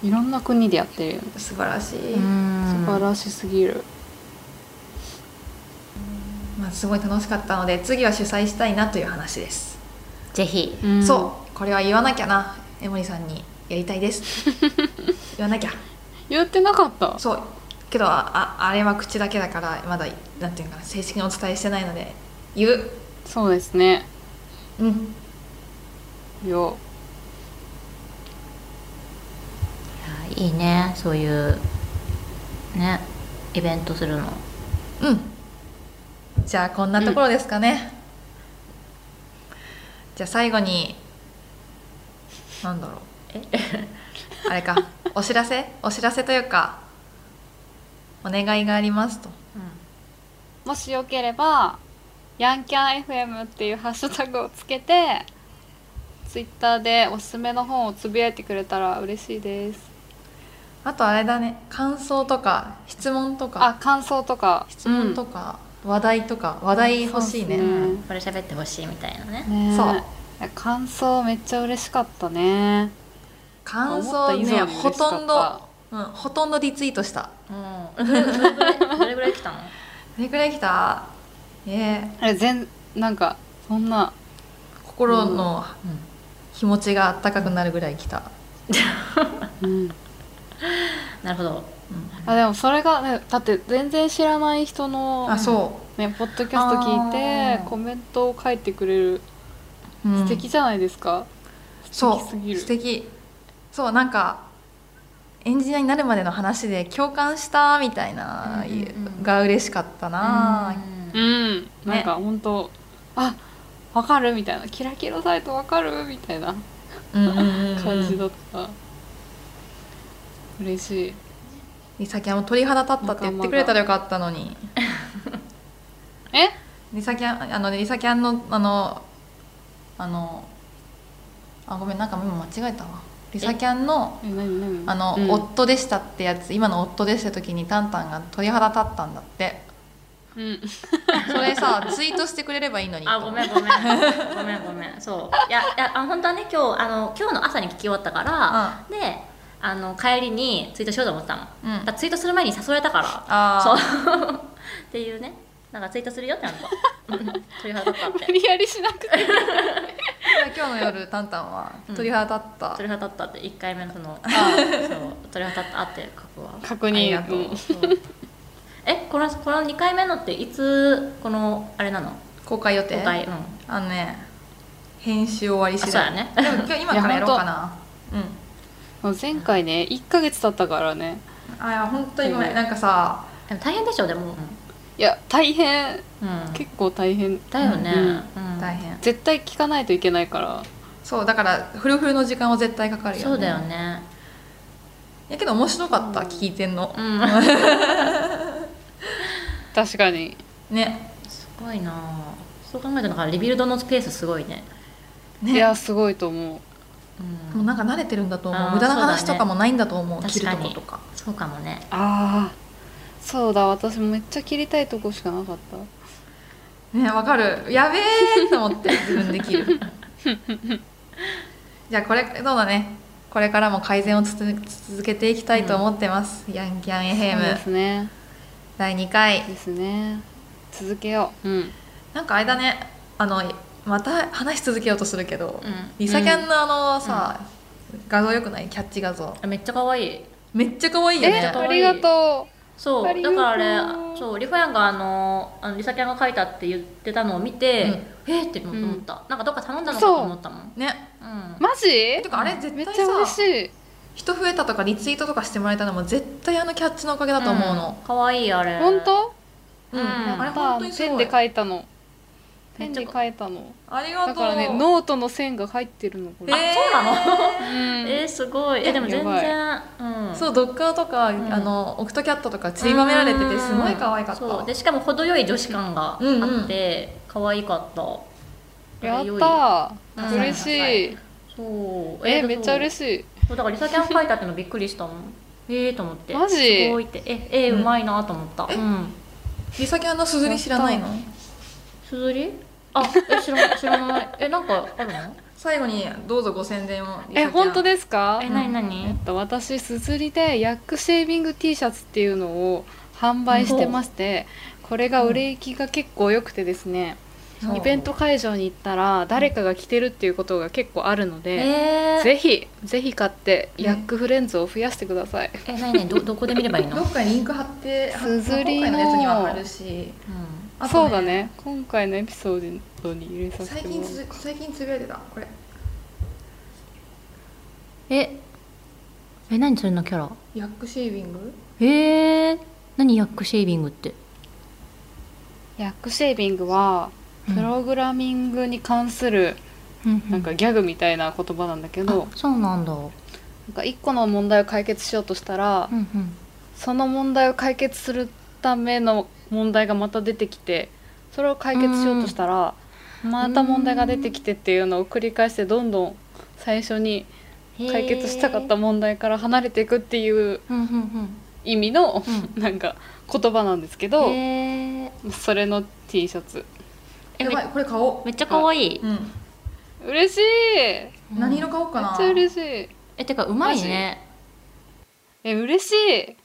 S2: いろんな国でやってるよね
S1: 素晴らしい、
S3: うん
S2: 素晴らしすぎる
S1: まあ、すごい楽しかったので次は主催したいなという話です、
S3: ぜひ
S2: うん
S1: そうこれは言わなきゃな江森さんにやりたいです [LAUGHS] 言わなきゃ
S2: 言ってなかった
S1: そうけどあああれは口だけだからまだなんていうのかな正式にお伝えしてないので言う
S2: そうですね
S1: うん
S2: よ
S3: いやいいねそういうねイベントするの
S1: うんじゃあこんなところですかね、じゃあ最後になんだろうえあれかお知らせお知らせというかお願いがありますと
S2: もしよければ「ヤンキャン FM」っていうハッシュタグをつけてツイッターでおすすめの本をつぶやいてくれたら嬉しいです
S1: あとあれだね感想とか質問とか
S2: あ感想とか
S1: 質問とか、話題とか話題欲しいね
S2: そうっすね
S3: うんこれ喋ってほしいみたいなね
S2: うんねえ
S1: そう
S2: いや感想めっちゃ嬉しかったね
S1: 感想
S2: 思った以
S1: ね
S2: 上に嬉しか
S1: ほ
S2: った
S1: とんど、うん、ほとんどリツイートした
S3: うん、 [LAUGHS] どれどれぐらいどれぐらい来たの
S1: どれくらい来たええ
S2: あれ全なんかそんな
S1: 心の気持ちがあったかくなるぐらい来た、
S2: うん
S3: なるほど
S2: あでもそれが、ね、だって全然知らない人の、
S1: あそ
S2: ね、ポッドキャスト聞い
S3: あー
S2: てコメントを書いてくれる
S1: う、うん
S2: 素敵じゃないですか、
S1: そう
S2: 素敵すぎる
S1: 素敵そうなんかエンジニアになるまでの話で共感したみたいな、
S3: うんうんうん
S1: が嬉しかったな、
S2: うん、なんか本当、あわかるみたいなキラキラサイトわかるみたいな
S1: うんうんうんうん
S2: 感じだった、嬉しい
S1: りさきはもう鳥肌立ったって言ってくれたらよかったのに
S2: え
S1: りさきゃんあのりさきゃんのあのあのあごめんなんか今間違えたわりさきゃんの
S2: え何何
S1: あの、
S2: うん
S1: 夫でしたってやつ今の夫でした時にタンタンが鳥肌立ったんだ
S3: [LAUGHS]
S1: って
S2: うん
S1: それさツイートしてくれればいいのに
S3: あごめん
S1: [LAUGHS]
S3: ごめんごめんごめんそういやいやあ本当はね今日あの今日の朝に聞き終わったから、であの帰りにツイートしようと思ってたの、
S1: うん
S3: だからツイートする前に誘われたから
S1: あ
S3: そう [LAUGHS]
S1: ー
S3: っていうねなんかツイートするよってなった [LAUGHS] うん鳥肌立ったって
S1: [LAUGHS]
S2: 無理やりしなくて
S1: 今日の夜タンタンは
S3: うん
S1: 鳥肌立った、
S3: 鳥肌立ったって1回目のその [LAUGHS] そう鳥肌立ったって書くわ
S2: [LAUGHS] 確
S1: あり
S2: 認
S1: がとう、
S2: うん
S1: そう
S3: えこのこの2回目のっていつこのあれなの
S1: 公開予定
S3: 公開うんあ
S1: あのね編集終わり
S3: そう
S1: 次
S3: だ
S1: 第
S3: ね
S1: でも今日今からやろうかなうん
S2: もう前回ね1ヶ月経ったからね
S1: あいや本当にごめ
S2: うん
S1: んなんかさ
S3: でも大変でしょでも、
S2: いや大変
S3: うん、
S2: 結構大変
S3: だよね、
S2: うん
S3: うん
S1: 大変
S2: 絶対聞かないといけないから
S1: そうだからフルフルの時間は絶対かかるよね
S3: そうだよね
S1: やけど面白かった、聞いてんの
S3: う、ん
S2: 確かに
S1: ね
S3: すごいなあそう考えたらなんかリビルドのペースすごいね
S1: ね
S2: いやすごいと思う
S3: うん
S1: もうなんか慣れてるんだと思
S3: あ
S1: う
S3: ー
S1: 無駄な
S3: そ
S1: 話
S3: うだ
S1: と
S3: ね
S1: かもないんだと思う、切る
S3: 確か
S1: と
S3: に
S1: ことか
S3: そうかもね
S2: ああそうだ私めっちゃ切りたいとこしかなかった
S1: ねわかるやべえと思って自分で切るじゃあこれそうだねこれからも改善をつづ続けていきたいと思ってます、ヤンキャンエヘ
S2: そうで
S1: ム
S2: すね
S1: 第2回
S2: ですね続けよううん
S1: なんかあれだねあのまた話し続けようとするけど、
S3: うん
S1: リサキャンのあのさ、画像よくないキャッチ画像
S3: あめっちゃ可愛い
S1: めっちゃ可愛いよ
S2: え
S1: ね
S2: ありがと
S3: そう
S2: ありがと
S3: だ
S2: う
S3: からあれそうリファヤンがあのあのリサキャンが書いたって言ってたのを見て、えっって思った、なんかどっか頼んだのかと思ったもん
S1: ね
S3: う、ん
S2: うマジ
S1: てかあれ絶
S2: めっ
S1: 対
S2: ちゃ嬉し
S1: さ
S2: い
S1: 人増えたとかリツイートとかしてもらえたのも絶対あのキャッチのおかげだと思うの、
S3: 可愛、いいあれ
S2: 本当
S1: うん
S3: うん
S1: あれ
S2: やった
S1: 本当にす
S2: ペン
S1: ごい
S2: で書いたのペ
S3: めっ
S2: ン
S3: ちゃ
S2: で書いたの
S1: ありがと
S2: だ
S1: う
S2: からねノートの線が入ってるのこれ、
S1: えー
S3: そうなの
S2: うん
S3: えー、すごいえでも全然うん
S1: そうドッカーとか、
S3: ん
S1: あのオクトキャットとかちりばめられててすごい可愛かった、
S3: そうでしかも程よい女子感があって、
S1: うんうん
S3: 可愛かった
S2: やっ
S3: 良い
S2: た
S3: うん
S2: ー嬉しい
S3: そう
S2: えめっちゃ
S3: し
S2: 嬉しい
S3: いだからリサキャン書いたってのびっくりしたもん [LAUGHS] ええと思って
S2: マジ
S3: すごいってええー、うまいなと思ったうん
S1: リサキャンのすずり知らないの
S3: すずりあえ知らない知らないえなんかあるの
S1: 最後にどうぞご宣伝を
S2: え本当
S1: で
S2: ですか
S3: えなになに
S2: えっと私すずりでヤックシェービング T シャツっていうのを販売してましてこれが売れ行きが結構良くてですね、イベント会場に行ったら誰かが着てるっていうことが結構あるので、
S3: えー、
S2: ぜひぜひ買ってヤックフレンズを増やしてください、
S3: えなになにどどこで見れ
S2: [LAUGHS]
S3: ばいいの、う
S1: ど
S3: ん
S1: っかにリンク貼って
S2: すずり
S1: 今
S2: の
S1: 回のやつには貼るしあと
S2: そうだね今回のエピソードに入れさせ
S1: 最
S2: ても
S1: 近
S2: ら
S1: つ最近つぶやいてたこれ
S3: ええなにそれのキャラ
S1: ヤックシェービング
S3: えー、何ヤックシェービングって
S2: うヤックシェービングは
S3: うん
S2: プログラミングに関するなんかギャグみたいな言葉なんだけど、
S3: あそうなんだ、
S2: なんか1個の問題を解決しようとしたら、
S3: うんうん、
S2: その問題を解決するための問題がまた出てきてそれを解決しようとしたらまた問題が出てきてっていうのを繰り返してどんどん最初に解決したかった問題から離れていくっていう
S3: うんうん
S2: 意味の
S3: う
S2: なんか言葉なんですけ
S3: うん
S2: ど
S3: へー
S2: それの T シャツ
S3: え
S1: やばいこれ買おう
S3: めっちゃ可愛い、
S1: うん
S2: 嬉しいめっ
S1: 何色買おうかな
S2: ちゃ嬉
S1: い
S2: しい
S3: えてかうまいね
S2: え嬉しい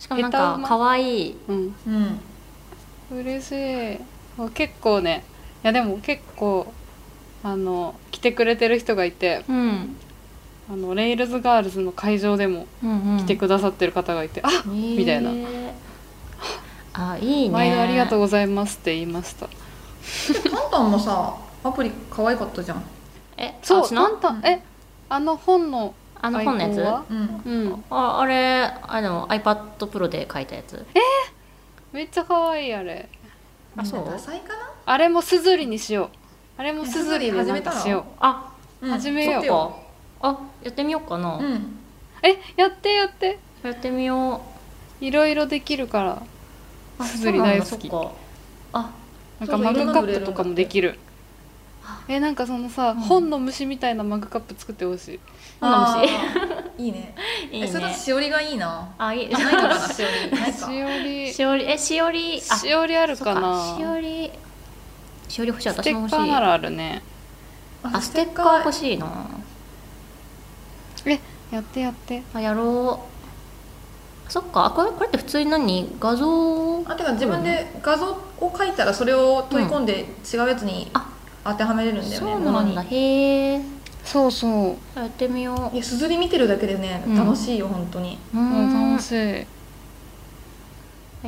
S3: しかもなん
S2: 下手う
S3: か
S2: ま
S3: 可愛い
S2: うん
S1: うん
S2: 嬉しいあ結構ねいやでも結構あの来てくれてる人がいて
S3: うん
S2: あのレイルズガールズの会場でも
S3: うんうん
S2: 来てくださってる方がいて、あみたいな
S3: あいいね
S2: 毎度ありがとうございますって言いました。
S1: タンタンもさアプリ可愛かったじゃん
S3: え
S2: そう、
S3: ちの
S2: なんたえあの本の
S3: あの本のや
S2: アイコン
S3: つ
S2: は
S1: うん
S2: うん、
S3: ああれあでも iPad Pro で書いたやつ
S2: めっちゃ可愛いあれ。
S1: あそう
S3: うん
S1: ダサいかな
S2: あれもスズリにしよう。あれもスズリになんかしよ
S3: あ
S1: うん
S2: 始めよう
S1: 撮って
S3: そっかあやってみようかな、
S1: うん
S2: う。え、やってやって。
S3: やってみよ
S2: いろいろできるから。
S3: う
S2: スズリ大好き
S3: そうなんだそっかあ
S2: なん
S1: そ
S2: か
S1: うそう
S2: マ
S1: いろん
S2: グ
S1: な
S2: カ
S1: の
S2: ップとかもできる。え、なんかそのさ、本の虫みたいなマグカップ作ってほしい。
S3: あ
S1: あーいいね
S3: [LAUGHS] いい
S1: え
S3: ね
S1: それだとしおりがいい
S3: [LAUGHS]
S1: な
S3: あいい
S1: あないのかなしおりない
S2: し
S1: か
S2: おり。
S3: しおりえしおりあ
S2: しおりある
S3: そっ
S2: かな。
S3: しおりしおり欲しい
S2: ス
S3: 私
S2: テ
S3: も
S2: ッ
S3: 欲し
S2: カー
S3: い
S2: ならあるね。
S3: あステッカー欲
S1: い
S3: しいな
S2: えやってやって
S3: あやろうそっかあこれこれって普通に何画像
S1: あてか自分で画像を書いたらそれを取り込んで違うやつに
S3: あ
S1: 当てはめれるんだよね
S3: そうなんだ
S1: 物に
S3: へえ
S2: そうそう
S3: やってみよ
S1: いやすずり見てるだけでね
S3: うん
S1: 楽しいよ本当に
S3: うう
S2: 楽
S3: ん
S2: しい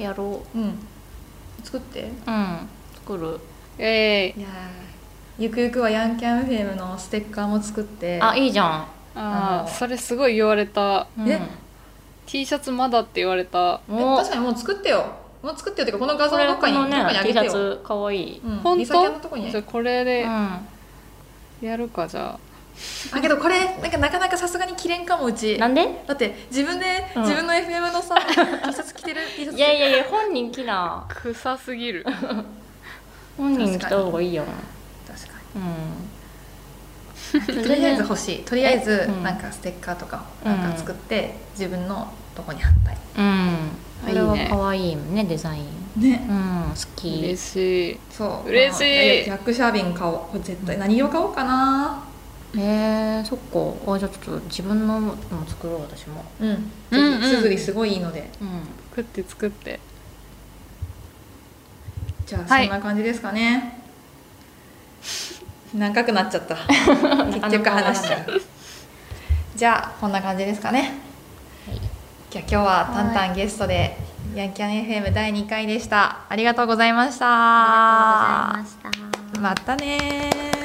S3: やろ
S1: うん作って
S3: ううん作る
S2: えい
S1: いやーゆくゆくはヤンキャンフェムのステッカーも作って
S3: あいいじゃん
S1: あ
S2: あ
S1: の
S2: ーそれすごい言われた
S3: うん
S1: え
S2: T シャツまだって言われた
S1: え
S3: お
S1: 確かにもう作ってよもう作ってよっていうかこの画像
S3: こ
S1: を
S3: れ
S1: どっかに
S3: この
S1: どっかに
S3: ね
S1: あげ
S3: T シ
S1: て
S3: ャ
S1: よ
S3: ツかわいい
S1: うん
S2: 本
S1: リサキャ
S2: 当
S1: ンのとこに
S2: じゃあこれ
S3: う
S2: で
S3: ん
S2: やるかじゃあ
S1: あけどこれなんかなかなかさすがに着れんかもうち
S3: なんで
S1: だって自分で、
S2: うん
S1: 自分の FM のさ T シャツ着てる T シャツ
S3: いやいやいや本人着な
S2: 臭すぎる
S3: 本人着た方がいいよな
S1: 確か
S3: う
S1: に
S3: ん
S1: とりあえず欲しいとりあえず
S3: えうん
S1: なんかステッカーとか
S3: うん
S1: なんか作って、自分のとこに貼ったい
S3: うんこれはい
S2: いね
S3: 可愛いもんねデザイン
S1: ね
S3: うん好き
S2: [LAUGHS] 嬉しい
S1: そう
S2: 嬉しい
S1: まあや薬車瓶買おうこれ絶対何を買おうかな
S3: えー、そっかあじゃあちょっと自分のも作ろう私も
S1: うん
S2: うんうん
S1: すずりすごいいいので
S3: うん
S2: 作って作って
S1: じゃあそ
S2: はい
S1: んな感じですかね、長くなっちゃった [LAUGHS] 結局話しちゃうじゃあこんな感じですかね、じゃあ今日はタンタンゲストでヤンキャン FM 第2回でしたありがとうございました
S3: ありがとうございました
S1: またねー